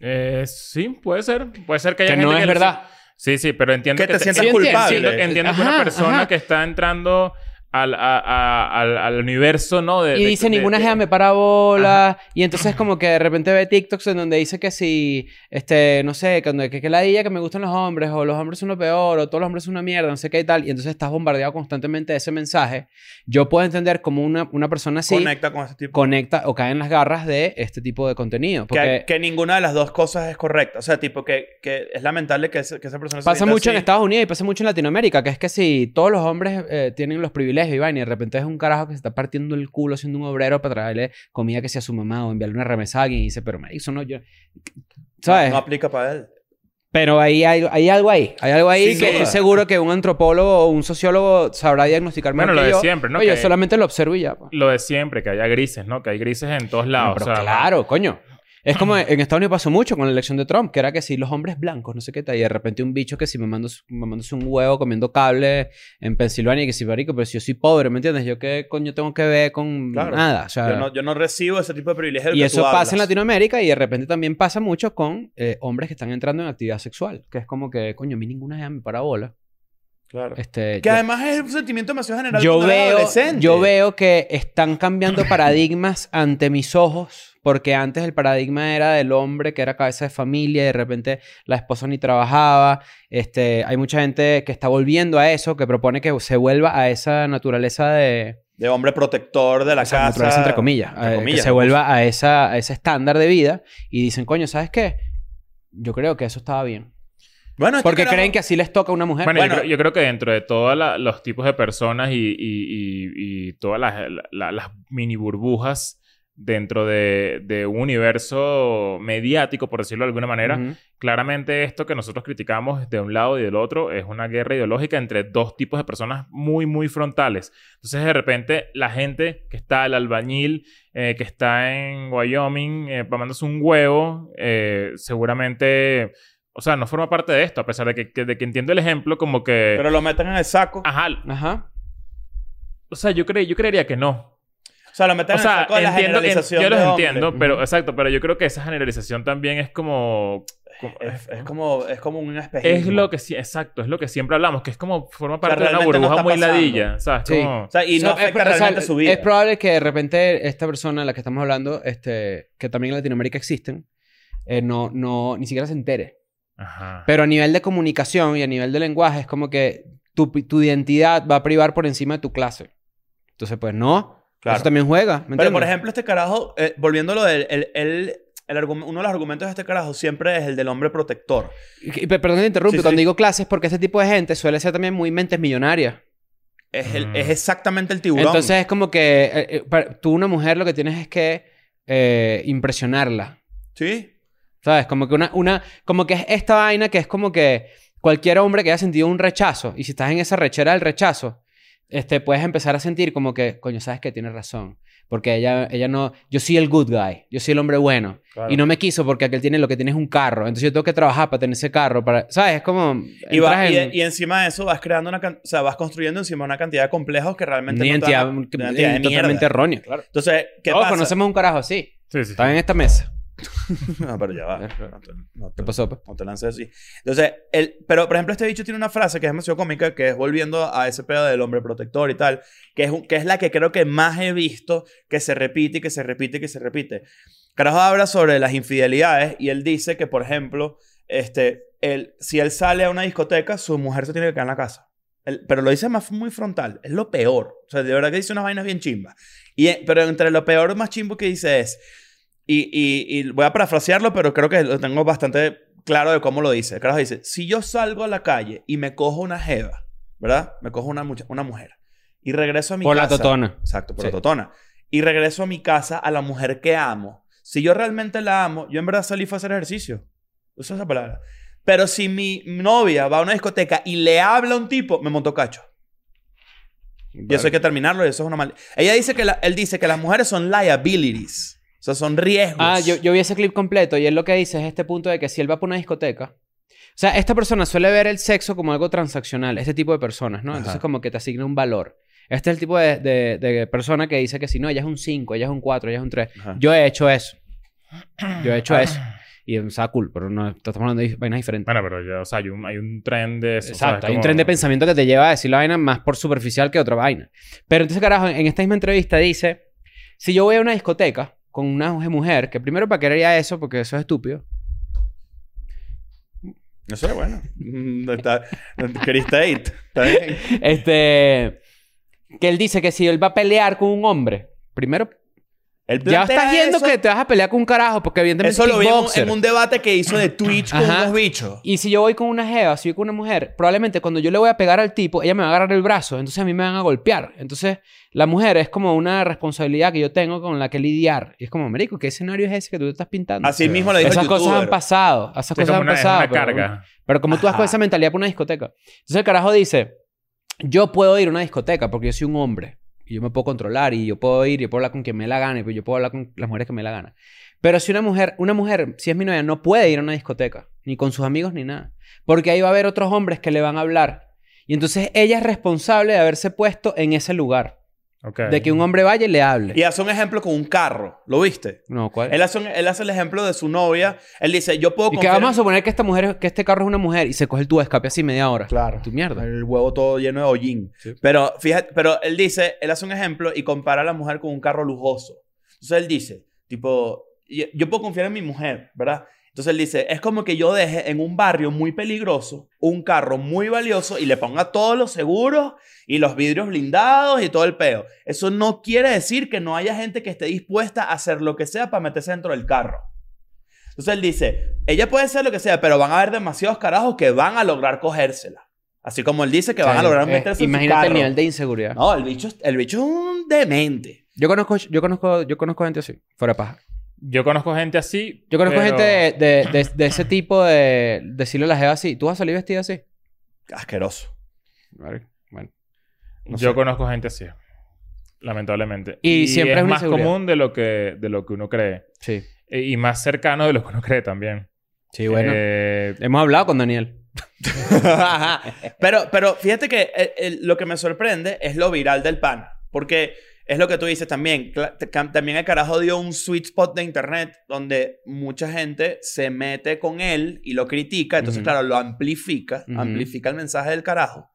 S2: Eh, sí, puede ser. Puede ser que haya
S1: Que
S2: gente
S1: no
S2: que
S1: es
S2: lo-
S1: verdad.
S2: Sí, sí, pero entiendo
S3: Que te sientas
S1: Sí, entiendo,
S3: culpable.
S2: Entiendo, entiendo que
S1: Ajá,
S2: una persona
S1: ajá.
S2: que está entrando al, a- a- al- al universo, ¿no? De-
S1: Y
S2: de-
S1: dice,
S2: de-
S1: ninguna
S2: de-
S1: gea me para bola. Y entonces como que de repente ve TikToks en donde dice que si, este, no sé, cuando, que, que la idea que me gustan los hombres, o los hombres son lo peor, o todos los hombres son una mierda, no sé qué y tal. Y entonces estás bombardeado constantemente de ese mensaje. Yo puedo entender como una, una persona así conecta.
S3: Conecta con ese tipo.
S1: o cae en las garras de este tipo de contenido. Porque
S3: Que, que ninguna de las dos cosas es correcta. O sea, tipo, que, que es lamentable que, ese- que esa persona se
S1: pasa
S3: sienta
S1: mucho en
S3: así.
S1: Estados Unidos y pasa mucho en Latinoamérica, que es que si todos los hombres eh, tienen los privilegios y vaina, y de repente es un carajo que se está partiendo el culo siendo un obrero para traerle comida que sea a su mamá o enviarle una remesa a alguien y dice, pero marico, eso no yo... ¿Sabes?
S3: No, aplica para él.
S1: Pero ahí hay, hay algo ahí. Hay algo ahí
S3: Sin
S1: que
S3: duda.
S1: es seguro que un antropólogo o un sociólogo sabrá diagnosticar mejor
S2: Bueno,
S1: que
S2: lo de
S1: yo.
S2: siempre, ¿no?
S1: Oye,
S2: Que-
S1: yo solamente lo observo y ya. pues. pa.
S2: Lo de siempre, que haya grises, ¿no? Que hay grises en todos
S1: Bueno,
S2: lados.
S1: pero
S2: o sea,
S1: claro, coño. Es como en Estados Unidos pasó mucho con la elección de Trump, que era que si los hombres blancos, no sé qué tal, y de repente un bicho que si mamándose, mamándose un huevo comiendo cable en Pensilvania, y que si marico, pero si yo soy pobre, ¿me entiendes? Yo qué coño tengo que ver con
S3: Claro.
S1: nada. O sea,
S3: Yo no, yo no recibo ese tipo de privilegios.
S1: y eso pasa en
S3: Latinoamérica.
S1: Latinoamérica y de repente también pasa mucho con eh, hombres que están entrando en actividad sexual, que es como que, coño, a mí ninguna es mi parabola.
S3: Claro.
S1: Este,
S3: Que
S1: yo-
S3: además es un sentimiento demasiado general.
S1: yo
S3: cuando eres
S1: veo,
S3: adolescente.
S1: yo veo que están cambiando paradigmas ante mis ojos, porque antes el paradigma era del hombre que era cabeza de familia, y de repente la esposa ni trabajaba. Este, hay mucha gente que está volviendo a eso, que propone que se vuelva a esa naturaleza de
S3: De hombre protector de la
S1: o sea,
S3: casa.
S1: naturaleza entre comillas,
S3: entre
S1: eh,
S3: comillas,
S1: que se
S3: ¿no?
S1: vuelva a esa a ese estándar de vida y dicen, "Coño, ¿sabes qué? Yo creo que eso estaba bien."
S3: Bueno, este
S1: Porque
S3: carajo-
S1: creen que así les toca a una mujer.
S2: Bueno,
S3: Bueno.
S2: Yo, creo, yo creo que dentro de todos los tipos de personas y, y- y- y todas las, la- las mini burbujas dentro de, de un universo mediático, por decirlo de alguna manera,
S1: Ujú.
S2: claramente esto que nosotros criticamos de un lado y del otro es una guerra ideológica entre dos tipos de personas muy, muy frontales. Entonces, de repente, la gente que está, el albañil eh, que está en Wyoming, eh, mamándose un huevo, eh, seguramente, o sea, no forma parte de esto, a pesar de que, que- de que entiendo el ejemplo como que...
S3: Pero lo meten en el saco.
S1: Ah.
S2: ajá,
S1: Ajá.
S2: o sea, yo, cre- yo creería que no.
S3: O sea, lo meten
S2: O
S3: en el
S2: sea,
S3: saco de la
S2: entiendo, en-
S3: generalización.
S2: yo los
S3: de hombre.
S2: entiendo,
S1: Ujú.
S2: pero exacto, pero yo creo que esa generalización también es como... como-
S3: Es, es como, es como un espejismo.
S2: Es lo que sí, exacto, es lo que siempre hablamos, que es como forma parte de una
S3: realmente no
S2: burbuja
S3: está
S2: muy
S3: pasando.
S2: ladilla, ¿sabes?
S1: Sí.
S2: Como-
S3: O sea, y
S1: O sea,
S3: no afecta
S1: pro- eh, o sea,
S3: realmente su vida.
S1: es probable que de repente esta persona a la que estamos hablando, este, que también en Latinoamérica existen, eh, no, no, ni siquiera se entere.
S2: Ajá.
S1: Pero a nivel de comunicación y a nivel de lenguaje es como que tu, tu identidad va a privar por encima de tu clase. Entonces, pues no.
S3: Claro.
S1: Eso también juega. ¿me
S3: Pero, por
S1: entiendes?
S3: ejemplo, este carajo, eh, volviendo a lo del... El, el- el argum- uno de los argumentos de este carajo siempre es el del hombre protector.
S1: Y- y- Perdón que te interrumpo.
S3: Sí, sí.
S1: Cuando digo clases, porque ese tipo de gente suele ser también muy mentes millonarias.
S3: Es, el-
S2: Mm.
S3: es exactamente el tiburón.
S1: Entonces es como que eh, eh, para- tú, una mujer, lo que tienes es que eh, impresionarla.
S3: ¿Sí?
S1: ¿Sabes? Como que una, una, como que es esta vaina que es como que cualquier hombre que haya sentido un rechazo, y si estás en esa rechera del rechazo, este, puedes empezar a sentir como que, coño, sabes que tienes razón. Porque ella, ella no, yo soy el good guy, yo soy el hombre bueno. Y no me quiso porque aquel tiene lo que tiene es un carro. Entonces yo tengo que trabajar para tener ese carro. Para, ¿Sabes? Es como.
S3: Y, va-
S1: entras
S3: y,
S1: en-
S3: y encima de eso vas creando una... can- O sea, vas construyendo encima una cantidad de complejos que realmente
S1: una
S3: no te
S1: identidad,
S3: van a-
S1: que- eh,
S3: una identidad de mierda.
S1: totalmente errónea. Claro.
S3: Entonces, ¿qué
S1: Todos
S3: pasa?
S1: conocemos un carajo así.
S2: Sí, sí.
S1: Estaba en esta mesa.
S3: No, pero ya va. No te, no te-
S1: ¿Qué pasó? pues?
S3: no te lances así. Entonces, el, pero por ejemplo, este bicho tiene una frase que es demasiado cómica, que es volviendo a ese pedo del hombre protector y tal, que es, un- que es la que creo que más he visto que se repite y que se repite y que se repite. Carajo habla sobre las infidelidades y él dice que, por ejemplo, este, él, si él sale a una discoteca, su mujer se tiene que quedar en la casa. Él- pero lo dice más muy frontal, es lo peor. O sea, de verdad que dice unas vainas bien chimbas. Y, eh, pero entre lo peor más chimbo que dice es, y, y- y voy a parafrasearlo, pero creo que lo tengo bastante claro de cómo lo dice. El carajo dice, si yo salgo a la calle y me cojo una jeva, ¿verdad? Me cojo una, mucha- una mujer y regreso a mi
S1: Por la
S3: casa.
S1: totona.
S3: Exacto, por
S1: Sí.
S3: la totona. Y regreso a mi casa a la mujer que amo. Si yo realmente la amo, yo en verdad salí fue a hacer ejercicio. Usa esa palabra. Pero si mi novia va a una discoteca y le habla a un tipo, me monto cacho. Y eso hay que terminarlo y eso es una mal... Ella dice que, la- él dice que las mujeres son liabilities. O sea, son riesgos.
S1: Ah, yo, yo vi ese clip completo y él lo que dice es este punto de que si él va para una discoteca. O sea, esta persona suele ver el sexo como algo transaccional, este tipo de personas, ¿no? Entonces,
S3: Ajá.
S1: como que te asigna un valor. Este es el tipo de, de- de persona que dice que si no, ella es un 5, ella es un 4, ella es un 3.
S3: Ajá.
S1: Yo he hecho eso. Yo he hecho eso. Y o sea, cool, pero no estamos hablando de vainas diferentes.
S2: Bueno, pero ya, o sea, hay un, hay un tren de eso. o sea,
S1: Exacto,
S2: es
S1: hay un
S2: como-
S1: tren de pensamiento que te lleva a decir la vaina más por superficial que otra vaina. Pero entonces, carajo, en esta misma entrevista dice, si yo voy a una discoteca con una mujer, que primero para qué haría eso, porque eso es estúpido.
S3: No sé, bueno. Mm, Está, queriste date. Está bien.
S1: Este, que él dice que si él va a pelear con un hombre, primero,
S3: Él
S1: ya estás
S3: plantea
S1: viendo
S3: eso-
S1: que te vas a pelear con un carajo, porque evidentemente
S3: Eso
S1: es
S3: lo vimos
S1: kickboxer.
S3: en un debate que hizo de Twitch con
S1: Ajá.
S3: unos bichos.
S1: Y si yo voy con una jeva, si voy con una mujer, probablemente cuando yo le voy a pegar al tipo, ella me va a agarrar el brazo, entonces a mí me van a golpear. Entonces, la mujer es como una responsabilidad que yo tengo con la que lidiar. Y es como, marico, ¿qué escenario es ese que tú te estás pintando?
S3: Así mismo lo dijo
S1: Esas
S3: el
S1: cosas
S3: youtuber.
S1: han pasado, esas
S2: Es
S1: cosas
S2: como
S1: han
S2: una, es
S1: pasado.
S2: una
S1: pero-
S2: carga.
S1: Pero como tú vas con
S3: Ajá.
S1: esa mentalidad para una discoteca. Entonces el carajo dice, yo puedo ir a una discoteca porque yo soy un hombre. Y yo me puedo controlar y yo puedo ir, yo puedo hablar con quien me la gane, pero yo puedo hablar con las mujeres que me la gana. Pero si una mujer, una mujer, si es mi novia, no puede ir a una discoteca, ni con sus amigos ni nada. Porque ahí va a haber otros hombres que le van a hablar. Y entonces ella es responsable de haberse puesto en ese lugar.
S2: Ok.
S1: De que un hombre vaya y le hable.
S3: Y hace un ejemplo con un carro. ¿Lo viste?
S1: No, ¿cuál?
S3: Él hace, un- él hace el ejemplo de su novia. Él dice, yo
S1: Y
S3: puedo
S1: que
S3: confiar
S1: vamos a
S3: en-
S1: suponer que esta mujer, que este carro es una mujer y se coge el tubo de escape así media hora.
S3: Claro.
S1: Tu mierda.
S3: El huevo todo lleno de hollín. Pero fíjate, pero él dice, él hace un ejemplo y compara a la mujer con un carro lujoso. Entonces él dice, tipo, y- yo puedo confiar en mi mujer, ¿verdad? Entonces él dice, es como que yo deje en un barrio muy peligroso un carro muy valioso y le ponga todos los seguros y los vidrios blindados y todo el peo. Eso no quiere decir que no haya gente que esté dispuesta a hacer lo que sea para meterse dentro del carro. Entonces él dice, ella puede ser lo que sea, pero van a haber demasiados carajos que van a lograr cogérsela. Así como él dice que van a lograr
S1: Eh,
S3: meterse en su
S1: Imagínate el
S3: carro.
S1: nivel de inseguridad.
S3: No, el bicho, es- el bicho es un demente.
S1: Yo conozco, yo conozco, yo conozco gente así, fuera de paja.
S2: Yo conozco gente así.
S1: Yo conozco
S2: pero-
S1: gente de, de- de- de ese tipo de decirle a la jeva así, ¿tú vas a salir vestida así?
S3: Asqueroso.
S1: Vale, Bueno. no
S2: Yo
S1: sé.
S2: conozco gente así. Lamentablemente.
S1: Y siempre es
S2: es
S1: una
S2: más
S1: inseguridad.
S2: común de lo que, de lo que uno cree.
S1: Sí.
S2: E- Y más cercano de lo que uno cree también.
S1: Sí, bueno.
S2: Eh,
S1: Hemos hablado con Daniel.
S3: pero, pero fíjate que eh, eh, lo que me sorprende es lo viral del pana. Porque es lo que tú dices también. Cla- te- cam- También el carajo dio un sweet spot de internet donde mucha gente se mete con él y lo critica. Entonces,
S1: Ujú.
S3: claro, lo amplifica.
S1: Ujú.
S3: Amplifica el mensaje del carajo.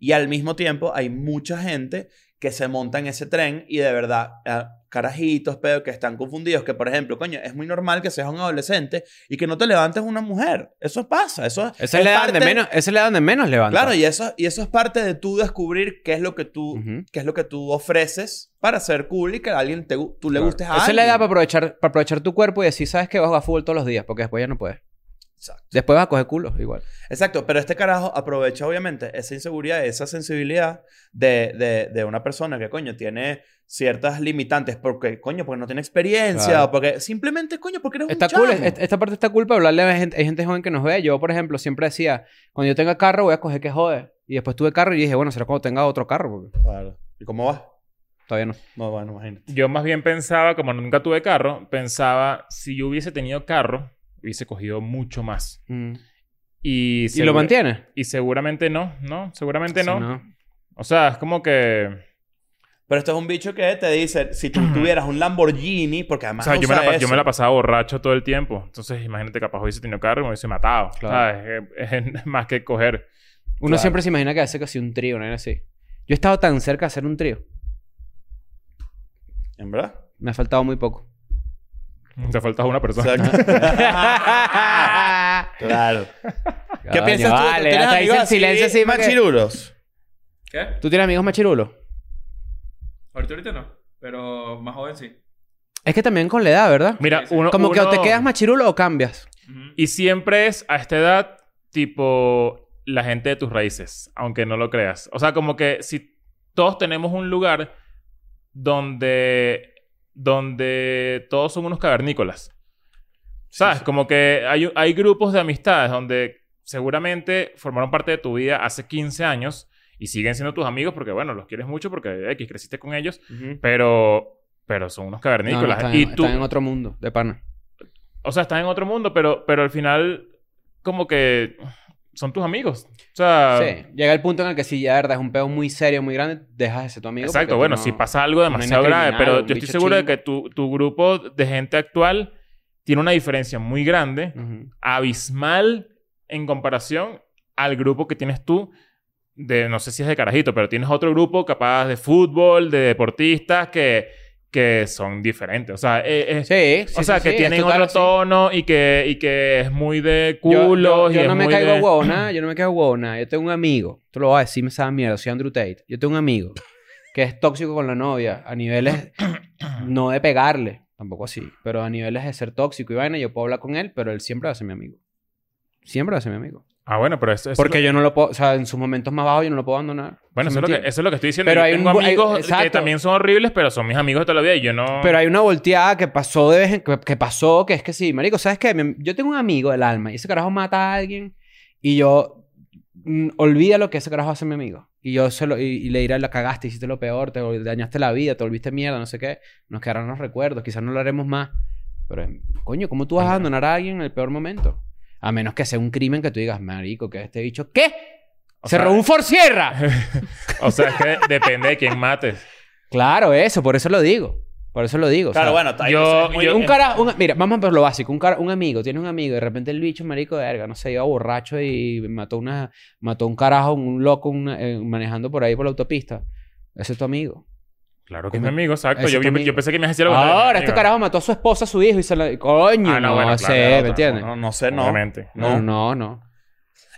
S3: Y al mismo tiempo hay mucha gente que se monta en ese tren y de verdad, ah, carajitos, pero que están confundidos, que por ejemplo, coño, es muy normal que seas un adolescente y que no te levantes una mujer. Eso pasa, eso
S1: Ese le dan de
S3: parte-
S1: menos, ese le dan de menos levanta.
S3: Claro, y eso, y eso es parte de tú descubrir qué es lo que tú,
S1: Ujú.
S3: qué es lo que tú ofreces para ser cool y que a alguien te, gu- tú le gustes a
S1: Ese
S3: alguien.
S1: le da para aprovechar, para aprovechar tu cuerpo y decir, sabes que vas a jugar fútbol todos los días, porque después ya no puedes.
S3: Exacto.
S1: Después vas a coger culo, igual.
S3: Exacto, pero este carajo aprovecha obviamente esa inseguridad, esa sensibilidad de, de- de una persona que, coño, tiene ciertas limitantes porque, coño, porque no tiene experiencia
S1: Claro.
S3: o porque simplemente, coño, porque eres
S1: Está
S3: un
S1: cool,
S3: chamo.
S1: es- esta parte está cool para hablarle a gente, hay gente joven que nos ve. Yo, por ejemplo, siempre decía, cuando yo tenga carro voy a coger que jode. Y después tuve carro y dije, bueno, será cuando tenga otro carro, porque
S3: Claro. ¿Y cómo vas?
S1: todavía no.
S3: No, bueno, imagínate.
S2: yo más bien pensaba, como nunca tuve carro, pensaba si yo hubiese tenido carro, hubiese cogido mucho más.
S1: Mm.
S2: Y,
S1: ¿Y lo
S2: segura-
S1: mantiene?
S2: Y seguramente no, ¿no? Seguramente
S1: Sí,
S2: no. O sea, es como que.
S3: Pero esto es un bicho que te dice, si tú tuvieras un Lamborghini, porque
S2: O
S3: además
S2: sea, yo me,
S3: usa
S2: la, pa- yo
S3: eso.
S2: me la pasaba borracho todo el tiempo. Entonces, imagínate, capaz hubiese tenido carro y me hubiese matado.
S1: Claro.
S2: ¿sabes? Es, es más que coger.
S1: Uno
S3: Claro.
S1: siempre se imagina que hace casi un trío, ¿no? Era así. Yo he estado tan cerca de hacer un trío.
S3: ¿En verdad?
S1: Me ha faltado muy poco.
S2: Te falta una persona.
S3: claro. ¿Qué
S1: Coño,
S3: piensas tú?
S1: Vale,
S3: ¿Tienes
S1: hasta hice
S3: amigos
S1: el silencio así. porque-
S3: machirulos?
S4: ¿Qué?
S1: ¿Tú tienes amigos machirulos?
S4: Ahorita, ahorita no. Pero más joven sí.
S1: Es que también con la edad, ¿verdad?
S2: Mira,
S4: Sí, sí.
S2: uno.
S1: Como que o
S2: uno-
S1: te quedas machirulo o cambias.
S4: Ujú.
S2: Y siempre es a esta edad, tipo, la gente de tus raíces, aunque no lo creas. O sea, como que si todos tenemos un lugar donde, donde todos son unos cavernícolas. ¿Sabes?
S3: Ah,
S2: Como que hay, hay grupos de amistades donde seguramente formaron parte de tu vida hace 15 años y siguen siendo tus amigos porque, bueno, los quieres mucho porque X creciste con ellos, pero, pero son unos
S1: No,
S2: cavernícolas.
S1: no, están,
S2: y
S1: en-
S2: tú,
S1: están en otro mundo, de pana.
S2: o sea, estás en otro mundo, pero, pero al final, como que son tus amigos. O sea,
S1: Sí. Llega el punto en el que si ya de verdad es un peo muy serio, muy grande, dejas de ser tu amigo. porque
S2: exacto.
S1: tú
S2: Bueno,
S1: no-
S2: si pasa algo
S1: no hay
S2: demasiado
S1: nada
S2: grave,
S1: criminal,
S2: pero
S1: un
S2: yo estoy
S1: bicho
S2: seguro de
S1: chimbo.
S2: que tu, tu grupo de gente actual tiene una diferencia muy grande,
S1: Ujú.
S2: abismal en comparación al grupo que tienes tú de, no sé si es de carajito, pero tienes otro grupo capaz de fútbol, de deportistas que, que son diferentes. O sea, eh, eh,
S1: Sí, sí,
S2: o sea,
S1: sí,
S2: que
S1: sí, es
S2: tienen
S1: total
S2: otro
S1: así.
S2: tono y que, y que es muy de
S1: Yo- Yo,
S2: culos.
S1: yo
S2: y es
S1: no me
S2: muy
S1: caigo
S2: de-
S1: a huevo nada, yo no me caigo a huevo nada. Yo tengo un amigo, tú lo vas a decir, me sabe mierda, soy Andrew Tate. Yo tengo un amigo que es tóxico con la novia a niveles no de pegarle, tampoco así, pero a niveles de ser tóxico y vaina. Yo puedo hablar con él, pero él siempre va a ser mi amigo. Siempre va a ser mi amigo.
S2: Ah, bueno, pero eso, eso es lo-
S1: Porque yo no lo puedo, o sea, en sus momentos más bajos yo no lo puedo abandonar.
S2: bueno,
S1: ¿Sí me
S2: eso, es lo que,
S1: entiendes?
S2: eso es lo que estoy diciendo.
S1: Pero
S2: Pero
S1: hay un
S2: tengo
S1: bu- hay-
S2: amigos que
S1: exacto.
S2: también son horribles, pero son mis amigos de toda la vida y yo no...
S1: Pero hay una volteada que pasó de vez en que, que pasó, que es que sí, marico, ¿sabes qué? Mi- Yo tengo un amigo del alma y ese carajo mata a alguien y yo mm, olvida lo que ese carajo hace a mi amigo. Y yo se lo, y, y le diré, la cagaste, hiciste lo peor, te vol- dañaste la vida, te volviste mierda, no sé qué. Nos quedarán los recuerdos, quizás no lo haremos más. Pero, em, coño, ¿cómo tú vas a
S2: Coño.
S1: abandonar a alguien en el peor momento? A menos que sea un crimen que tú digas, marico, que este bicho, ¿qué?
S2: O
S1: ¡Se
S2: sea-
S1: robó un Ford Sierra!
S2: o sea, es que depende de quién mates.
S1: claro, eso, por eso lo digo. Por eso lo digo. o
S3: Claro,
S1: sea,
S3: bueno, está ahí.
S2: yo-
S3: es muy-
S2: yo- eh,
S1: un cara, un- mira, vamos a ver lo básico. Un, cara, un amigo, tiene un amigo, y de repente el bicho, marico de verga, no sé, iba borracho y mató una, mató un carajo, un loco una- eh, manejando por ahí por la autopista. Ese es tu amigo.
S2: Claro que es
S1: Como-
S2: mi amigo, exacto.
S1: ese
S2: Yo,
S1: es tu
S2: yo-
S1: amigo.
S2: yo pensé que me hacía algo.
S1: Ahora, este carajo mató a su esposa, a su hijo y se la. Coño,
S2: Ah, no,
S1: no,
S2: bueno,
S1: sé,
S2: claro,
S1: ¿me
S2: no,
S1: entiendes?
S3: No, no sé, no.
S2: Obviamente.
S1: No,
S3: No.
S1: no, no.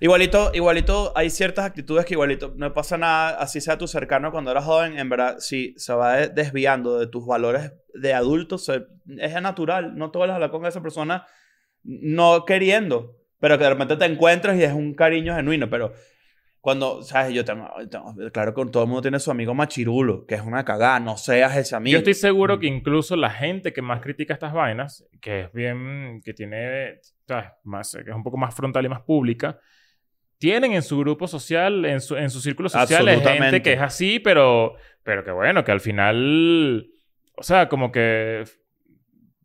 S3: Igualito, igualito, hay ciertas actitudes que igualito no pasa nada, así sea tu cercano cuando eras joven, en verdad, si se va de- desviando de tus valores de adulto, se- es natural, no te vuelvas a hablar con esa persona no queriendo, pero que de repente te encuentras y es un cariño genuino, pero cuando, sabes, yo tengo, tengo- claro que todo el mundo tiene su amigo machirulo, que es una cagada, no seas ese amigo.
S2: Yo estoy seguro que incluso la gente que más critica estas vainas, que es bien, que tiene, sabes, más, que es un poco más frontal y más pública, tienen en su grupo social, en su, en su círculo social, es gente
S3: Absolutamente.
S2: que es así, pero, pero que bueno, que al final, o sea, como que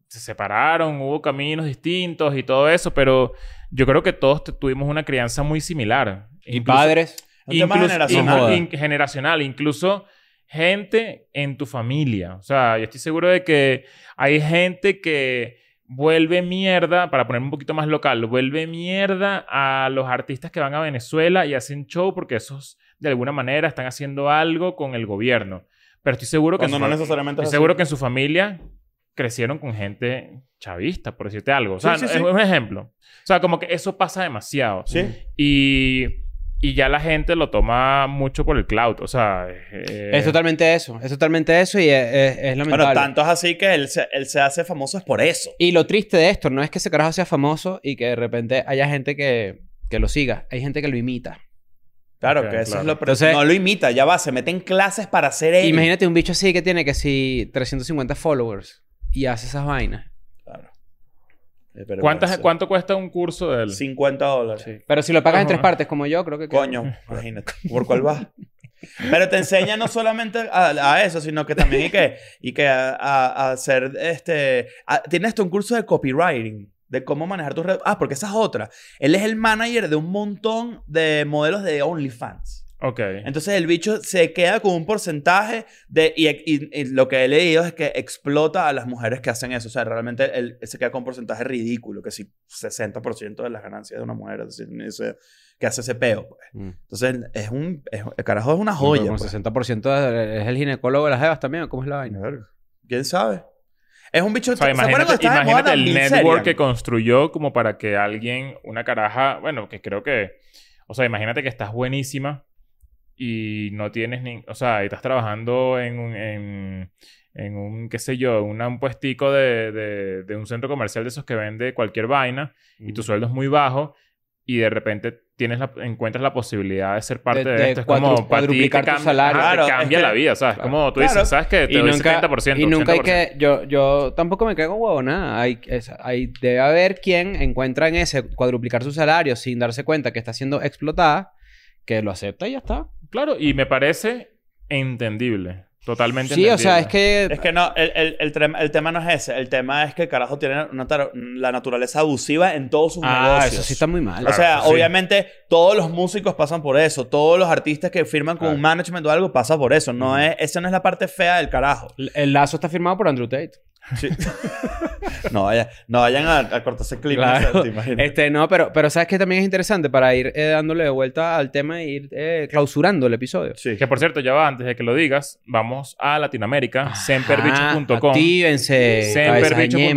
S2: se separaron, hubo caminos distintos y todo eso, pero yo creo que todos te- tuvimos una crianza muy similar.
S1: Y
S2: Incluso-
S1: padres.
S3: Un tema generacional.
S2: inclu- in- generacional, incluso gente en tu familia. O sea, yo estoy seguro de que hay gente que vuelve mierda, para poner un poquito más local, vuelve mierda a los artistas que van a Venezuela y hacen show porque esos de alguna manera están haciendo algo con el gobierno. Pero estoy seguro que
S3: cuando
S2: en
S3: no
S2: su-
S3: necesariamente
S2: estoy
S3: es así.
S2: seguro que en su familia crecieron con gente chavista, por decirte algo. O sea,
S3: Sí, sí,
S2: no-
S3: sí.
S2: es un ejemplo. O sea, como que eso pasa demasiado.
S3: Sí.
S2: Y, y ya la gente lo toma mucho por el cloud. O sea, eh,
S1: Es totalmente eso. Es totalmente eso y es, es- es lamentable.
S3: Bueno, tanto es así que él se, él se hace famoso es por eso.
S1: Y lo triste de esto no es que ese carajo sea famoso y que de repente haya gente que, que lo siga. Hay gente que lo imita.
S3: Claro,
S2: Ok,
S3: que eso
S2: claro.
S3: es lo... pero
S1: Entonces-
S3: no lo imita, ya va. Se mete en clases para hacer él.
S1: Imagínate un bicho así que tiene que si 350 followers y hace esas vainas.
S3: Claro. Eh, pero
S2: ¿cuántas-
S3: bueno,
S2: ¿cuánto cuesta un curso de él?
S3: sí. 50 dólares.
S2: Sí.
S1: Pero si lo pagas en
S2: Ajá.
S1: tres partes como yo, creo que...
S3: Coño, imagínate. ¿Por cuál vas? Pero te enseña no solamente a, a eso, sino que también y que, y que a, a- a hacer este... a- Tienes tú un curso de copywriting. De cómo manejar tus redes. Ah, porque esa es otra. Él es el manager de un montón de modelos de OnlyFans.
S2: Ok.
S3: Entonces el bicho se queda con un porcentaje de... Y, y- y lo que he leído es que explota a las mujeres que hacen eso. O sea, realmente él se queda con un porcentaje ridículo, que si 60% de las ganancias de una mujer es decir, ese- que hace ese peo. pues.
S1: Mm.
S3: Entonces es un... es- el carajo es una
S2: Ah,
S1: Joya,
S3: joya.
S1: con
S3: pues.
S1: 60% de- es el ginecólogo de las jevas también. ¿o ¿Cómo es la vaina?
S3: Verga. ¿Quién sabe? Es un bicho...
S2: O sea,
S3: ¿se acuerdan cuando
S2: imagínate,
S3: estaba de moda
S2: imagínate el
S3: Nabil
S2: network
S3: Serian?
S2: que construyó como para que alguien, una caraja, bueno, que creo que, o sea, imagínate que estás buenísima y no tienes ni, o sea, y estás trabajando en un, en, en un qué sé yo, una- un puestico de, de, de un centro comercial de esos que vende cualquier vaina y
S1: Mm.
S2: tu sueldo es muy bajo y de repente tienes la, encuentras la posibilidad de ser parte
S1: De-
S2: de,
S1: de
S2: esto. Es
S1: cuadru-
S2: como para ti te
S1: cuadruplicar tu
S2: cambia-
S1: salario.
S2: ajá, te
S3: Claro, es
S2: cambia
S3: que-
S2: la vida, ¿sabes?
S1: claro.
S2: Como tú
S3: Claro.
S2: dices, ¿sabes qué? Te
S1: y
S2: doy
S1: nunca,
S2: 70%,
S1: y nunca hay
S2: 80%.
S1: que... Yo, yo tampoco me caigo huevo, nada. Hay, es- hay- debe haber quien encuentra en ese cuadruplicar su salario sin darse cuenta que está siendo explotada, que lo acepta y ya está.
S2: Claro, y me parece entendible. Totalmente
S1: Sí, o
S2: entendible.
S1: sea, es que...
S3: Es que no, el, el, el, trem- el tema no es ese. El tema es que el carajo tiene una tar- la naturaleza abusiva en todos sus
S1: Ah,
S3: negocios.
S1: eso sí está muy mal.
S3: o sea,
S2: Claro, sí.
S3: obviamente todos los músicos pasan por eso, todos los artistas que firman con
S2: Claro.
S3: un management o algo pasan por eso, no es, esa no es la parte fea del carajo.
S1: El- El lazo está firmado por Andrew Tate.
S3: Sí. no, vayan, no vayan a, a cortarse el clima.
S1: Claro.
S3: o sea, ¿te imaginas?
S1: Este, no, pero, pero sabes que también es interesante para ir eh, dándole vuelta al tema e ir eh, clausurando el episodio.
S3: Sí.
S2: Que por cierto, ya va, antes de que lo digas, vamos a Latinoamérica, semperbicho.com.
S1: Actívense. cabeza de ñema.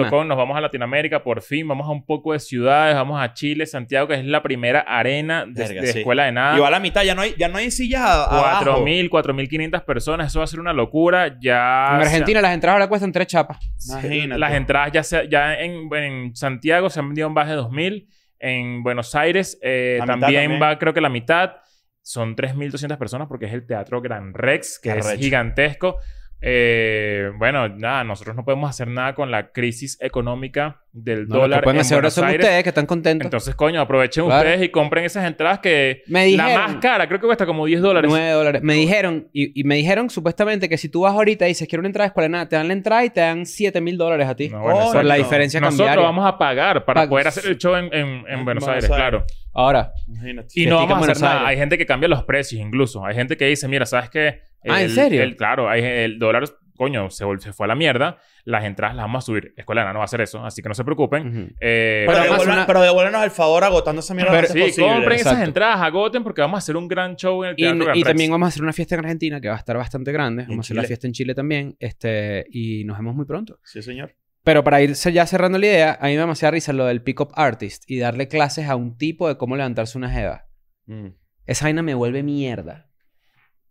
S2: Semperbicho.com, nos vamos a Latinoamérica por fin, vamos a un poco de ciudades, vamos a Chile, Santiago, que es la primera arena de,
S3: Verga,
S2: de
S3: sí.
S2: escuela de nada.
S3: Y va a la mitad, ya no hay, ya no hay sillas a- abajo.
S2: 4.000, 4.500 personas, eso va a ser una locura. Ya.
S1: En Argentina las entradas ahora cuestan tres chapas.
S3: Imagínate.
S2: Las entradas ya, se- ya en, en Santiago se han vendido en baje de 2.000. En Buenos Aires eh,
S3: La mitad
S2: también,
S3: también.
S2: va, creo que la mitad. Son 3.200 personas porque es el Teatro Gran Rex, que
S3: Qué
S2: es
S3: arrecho.
S2: gigantesco. Eh, bueno, nada, nosotros no podemos hacer nada con la crisis económica del
S1: No, lo
S2: dólar
S1: que pueden
S2: en
S1: hacer ahora
S2: Buenos
S1: son
S2: Aires.
S1: ustedes que están contentos.
S2: Entonces, coño, aprovechen
S1: Claro.
S2: ustedes y compren esas entradas que...
S1: me dijeron,
S2: la más cara, creo que cuesta como 10 dólares.
S1: 9 dólares. Me dijeron, y, y me dijeron supuestamente que si tú vas ahorita y dices quiero una entrada de escuela de nada, te dan la entrada y te dan 7 mil dólares a ti.
S2: No,
S3: Oh,
S2: exacto.
S1: por la
S3: no.
S1: diferencia
S2: Nosotros
S1: cambiaria.
S2: vamos a pagar para
S1: Pag-
S2: poder hacer el show en, en- en Buenos
S3: Buenos
S2: Aires,
S3: Aires.
S2: claro.
S1: Ahora.
S3: Imagínate.
S2: Y
S1: Que
S2: no
S1: estica
S2: vamos a
S1: en Buenos
S2: hacer nada.
S1: Aires.
S2: Hay gente que cambia los precios incluso. Hay gente que dice, mira, ¿sabes qué?
S1: Ah, ¿en serio?
S2: el- claro, hay- el dólar, coño, se, vol- se fue a la mierda. Las entradas las vamos a subir. Escuela de Nada no va a hacer eso, así que no se preocupen.
S1: Ujú.
S2: Eh,
S3: Pero,
S1: Pero además
S3: devuelvan-
S1: una-
S3: pero devuélvenos el favor agotando esa mierda.
S1: Pero-
S3: lo antes
S2: sí,
S3: posible.
S2: compren esas
S1: exacto.
S2: entradas, agoten porque vamos a hacer un gran show en el
S1: Y,
S2: Teatro Gran
S1: y
S2: Rex.
S1: también vamos a hacer una fiesta en Argentina que va a estar bastante grande. Vamos a hacer la
S3: Chile.
S1: fiesta en Chile también. Este, y nos vemos muy pronto.
S3: Sí, señor.
S1: Pero para ir ya cerrando la idea, a mí me da demasiada risa lo del pick-up artist y darle clases a un tipo de cómo levantarse una jeva.
S3: Mm.
S1: Esa vaina me vuelve mierda.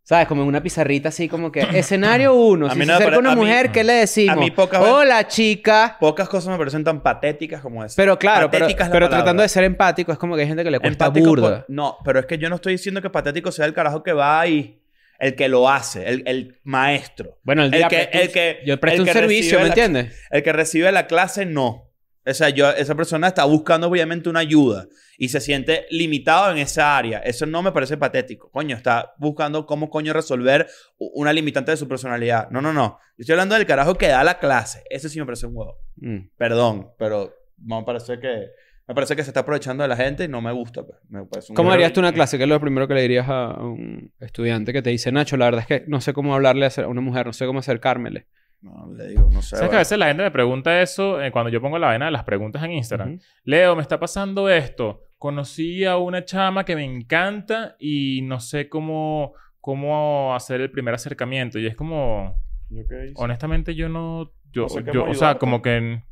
S1: ¿Sabes? Como en una pizarrita así como que... Escenario uno.
S3: A
S1: Si
S3: mí
S1: se
S3: no me
S1: acerca
S3: pare-
S1: una
S3: a mí-
S1: mujer, ¿qué le decimos?
S3: a mí pocas veces-
S1: Hola, chica.
S3: Pocas cosas me parecen tan patéticas como esa.
S1: Pero claro, pero,
S3: Patética es la
S1: pero
S3: palabra.
S1: tratando de ser empático, es como que hay gente que le cuesta
S3: Empático por-
S1: burda.
S3: No, pero es que yo no estoy diciendo que patético sea el carajo que va y el que lo hace, el, el maestro.
S1: Bueno, el
S3: El
S1: día...
S3: que-
S1: presto un-
S3: el que-
S1: yo presto
S3: el
S1: un
S3: que
S1: servicio,
S3: recibe
S1: ¿me
S3: la-
S1: entiendes?
S3: El que recibe la clase, no. O sea, yo, esa persona está buscando obviamente una ayuda y se siente limitado en esa área. Eso no me parece patético. Coño, está buscando cómo coño resolver u- una limitante de su personalidad. No, no, no. Yo estoy hablando del carajo que da la clase. Ese sí me parece un huevo.
S1: Mm.
S3: Perdón, pero me parece que me parece que se está aprovechando de la gente y no me gusta. pues. Me parece un
S1: ¿Cómo
S3: huevo.
S1: harías tú una clase? ¿Qué es lo primero que le dirías a a un estudiante que te dice, Nacho, la verdad es que no sé cómo hablarle a ser- a una mujer, no sé cómo acercármele?
S3: No, le digo, no sé.
S2: ¿Sabes que
S3: vale.
S2: a veces la gente me pregunta eso eh, cuando yo pongo la vaina de las preguntas en Instagram?
S1: Ujú.
S2: Leo, me está pasando esto. Conocí a una chama que me encanta y no sé cómo, cómo hacer el primer acercamiento. Y es como,
S3: ¿Yo qué hice?
S2: honestamente, yo no. Yo,
S3: No sé
S2: yo-
S3: cómo
S2: o sea,
S3: ayudarte.
S2: como que. n-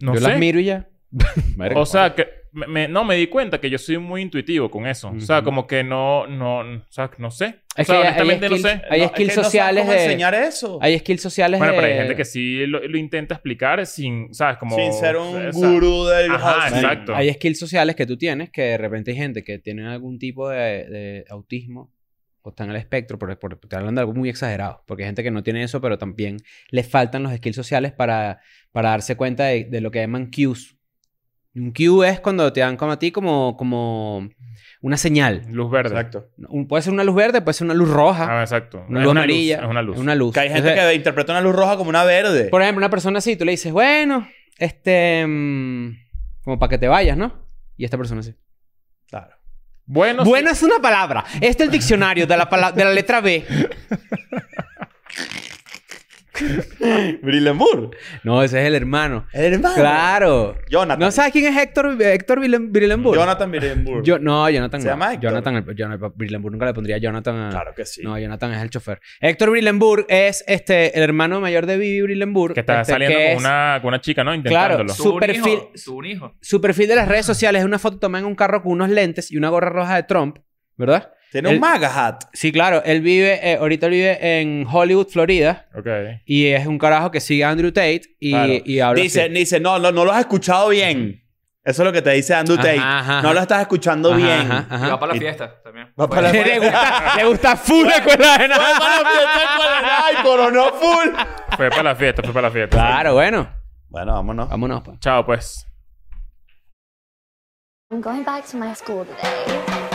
S2: No
S1: Yo
S2: sé.
S1: las miro y ya.
S2: O sea, que me- me- no, me di cuenta que yo soy muy intuitivo con eso. O sea,
S1: Ujú.
S2: como que no, no, o sea, no sé.
S1: Es que
S2: o sea,
S1: hay- hay
S2: honestamente no
S1: skills-
S2: sé.
S1: hay
S3: No, es
S1: skills
S3: que no sabes
S1: sociales
S3: cómo
S1: de-
S3: enseñar eso?
S1: hay skills sociales
S2: Bueno,
S1: de...
S2: pero hay gente que sí lo, lo intenta explicar sin, ¿sabes? Como,
S3: Sin ser un
S2: o sea,
S3: gurú del
S2: Ajá,
S3: housing.
S2: exacto.
S1: Hay skills sociales que tú tienes que de repente hay gente que tiene algún tipo de, de autismo o está en el espectro, por, por, te hablan de algo muy exagerado, porque hay gente que no tiene eso, pero también les faltan los skills sociales para, para darse cuenta de, de lo que llaman cues. Un cue es cuando te dan como a ti como, como una señal.
S2: Luz verde.
S3: Exacto.
S1: Un- puede ser una luz verde, puede ser una luz roja,
S2: Ah, exacto.
S1: una
S2: Es
S1: luz
S2: una
S1: amarilla,
S2: luz, es una luz.
S1: Es una luz.
S3: Que hay gente
S1: Entonces,
S3: que interpreta una luz roja como una verde.
S1: Por ejemplo, una persona así, tú le dices, bueno, este... mm, como para que te vayas, ¿no? Y esta persona así.
S3: Claro.
S2: Bueno,
S1: Bueno es una palabra. Este es el diccionario de la, pala- de la letra B.
S3: Brillemour.
S1: No, ese es el hermano.
S3: El hermano.
S1: Claro.
S3: Jonathan.
S1: ¿No sabes quién es Héctor, Héctor Brillen- Brillenburg?
S3: Jonathan Brillemour.
S1: Yo, no, Jonathan.
S3: ¿Se
S1: no.
S3: llama Héctor?
S1: Jonathan, el- Jonathan Brillenburg nunca le pondría Jonathan a...
S3: Claro que sí.
S1: No, Jonathan es el chofer. Héctor Brillenburg es este, el hermano mayor de Vivi Brillenburg.
S2: que está
S1: este,
S2: saliendo
S1: que
S2: con,
S1: es-
S2: una, con una chica, ¿no? Intentándolo.
S1: Su perfil-
S4: Un hijo, tuvo un hijo.
S1: Su perfil de las redes sociales es una foto tomada en un carro con unos lentes y una gorra roja de Trump, ¿verdad?
S3: Tiene
S1: El-
S3: un MAGA hat.
S1: Sí, claro. Él vive, eh, ahorita vive en Hollywood, Florida.
S2: Ok.
S1: Y es un carajo que sigue a Andrew Tate y,
S3: Claro.
S1: y habla
S3: Dice,
S1: así.
S3: dice no, no, no lo has escuchado bien. Eso es lo que te dice Andrew
S1: Ajá,
S3: Tate.
S1: ajá,
S3: no
S1: ajá.
S3: lo estás escuchando
S1: Ajá,
S3: bien.
S1: ajá,
S4: Y va
S1: ajá.
S4: para
S3: Y-
S4: la fiesta también.
S3: Va para la-
S1: le gusta, le gusta full la escuela de nada.
S3: ¡Ay, coronó full!
S2: Fue para la fiesta, fue para la fiesta.
S1: Claro, bueno.
S3: Bueno, vámonos.
S1: Vámonos, pues.
S2: Chao, pues.
S5: I'm going back to my school today.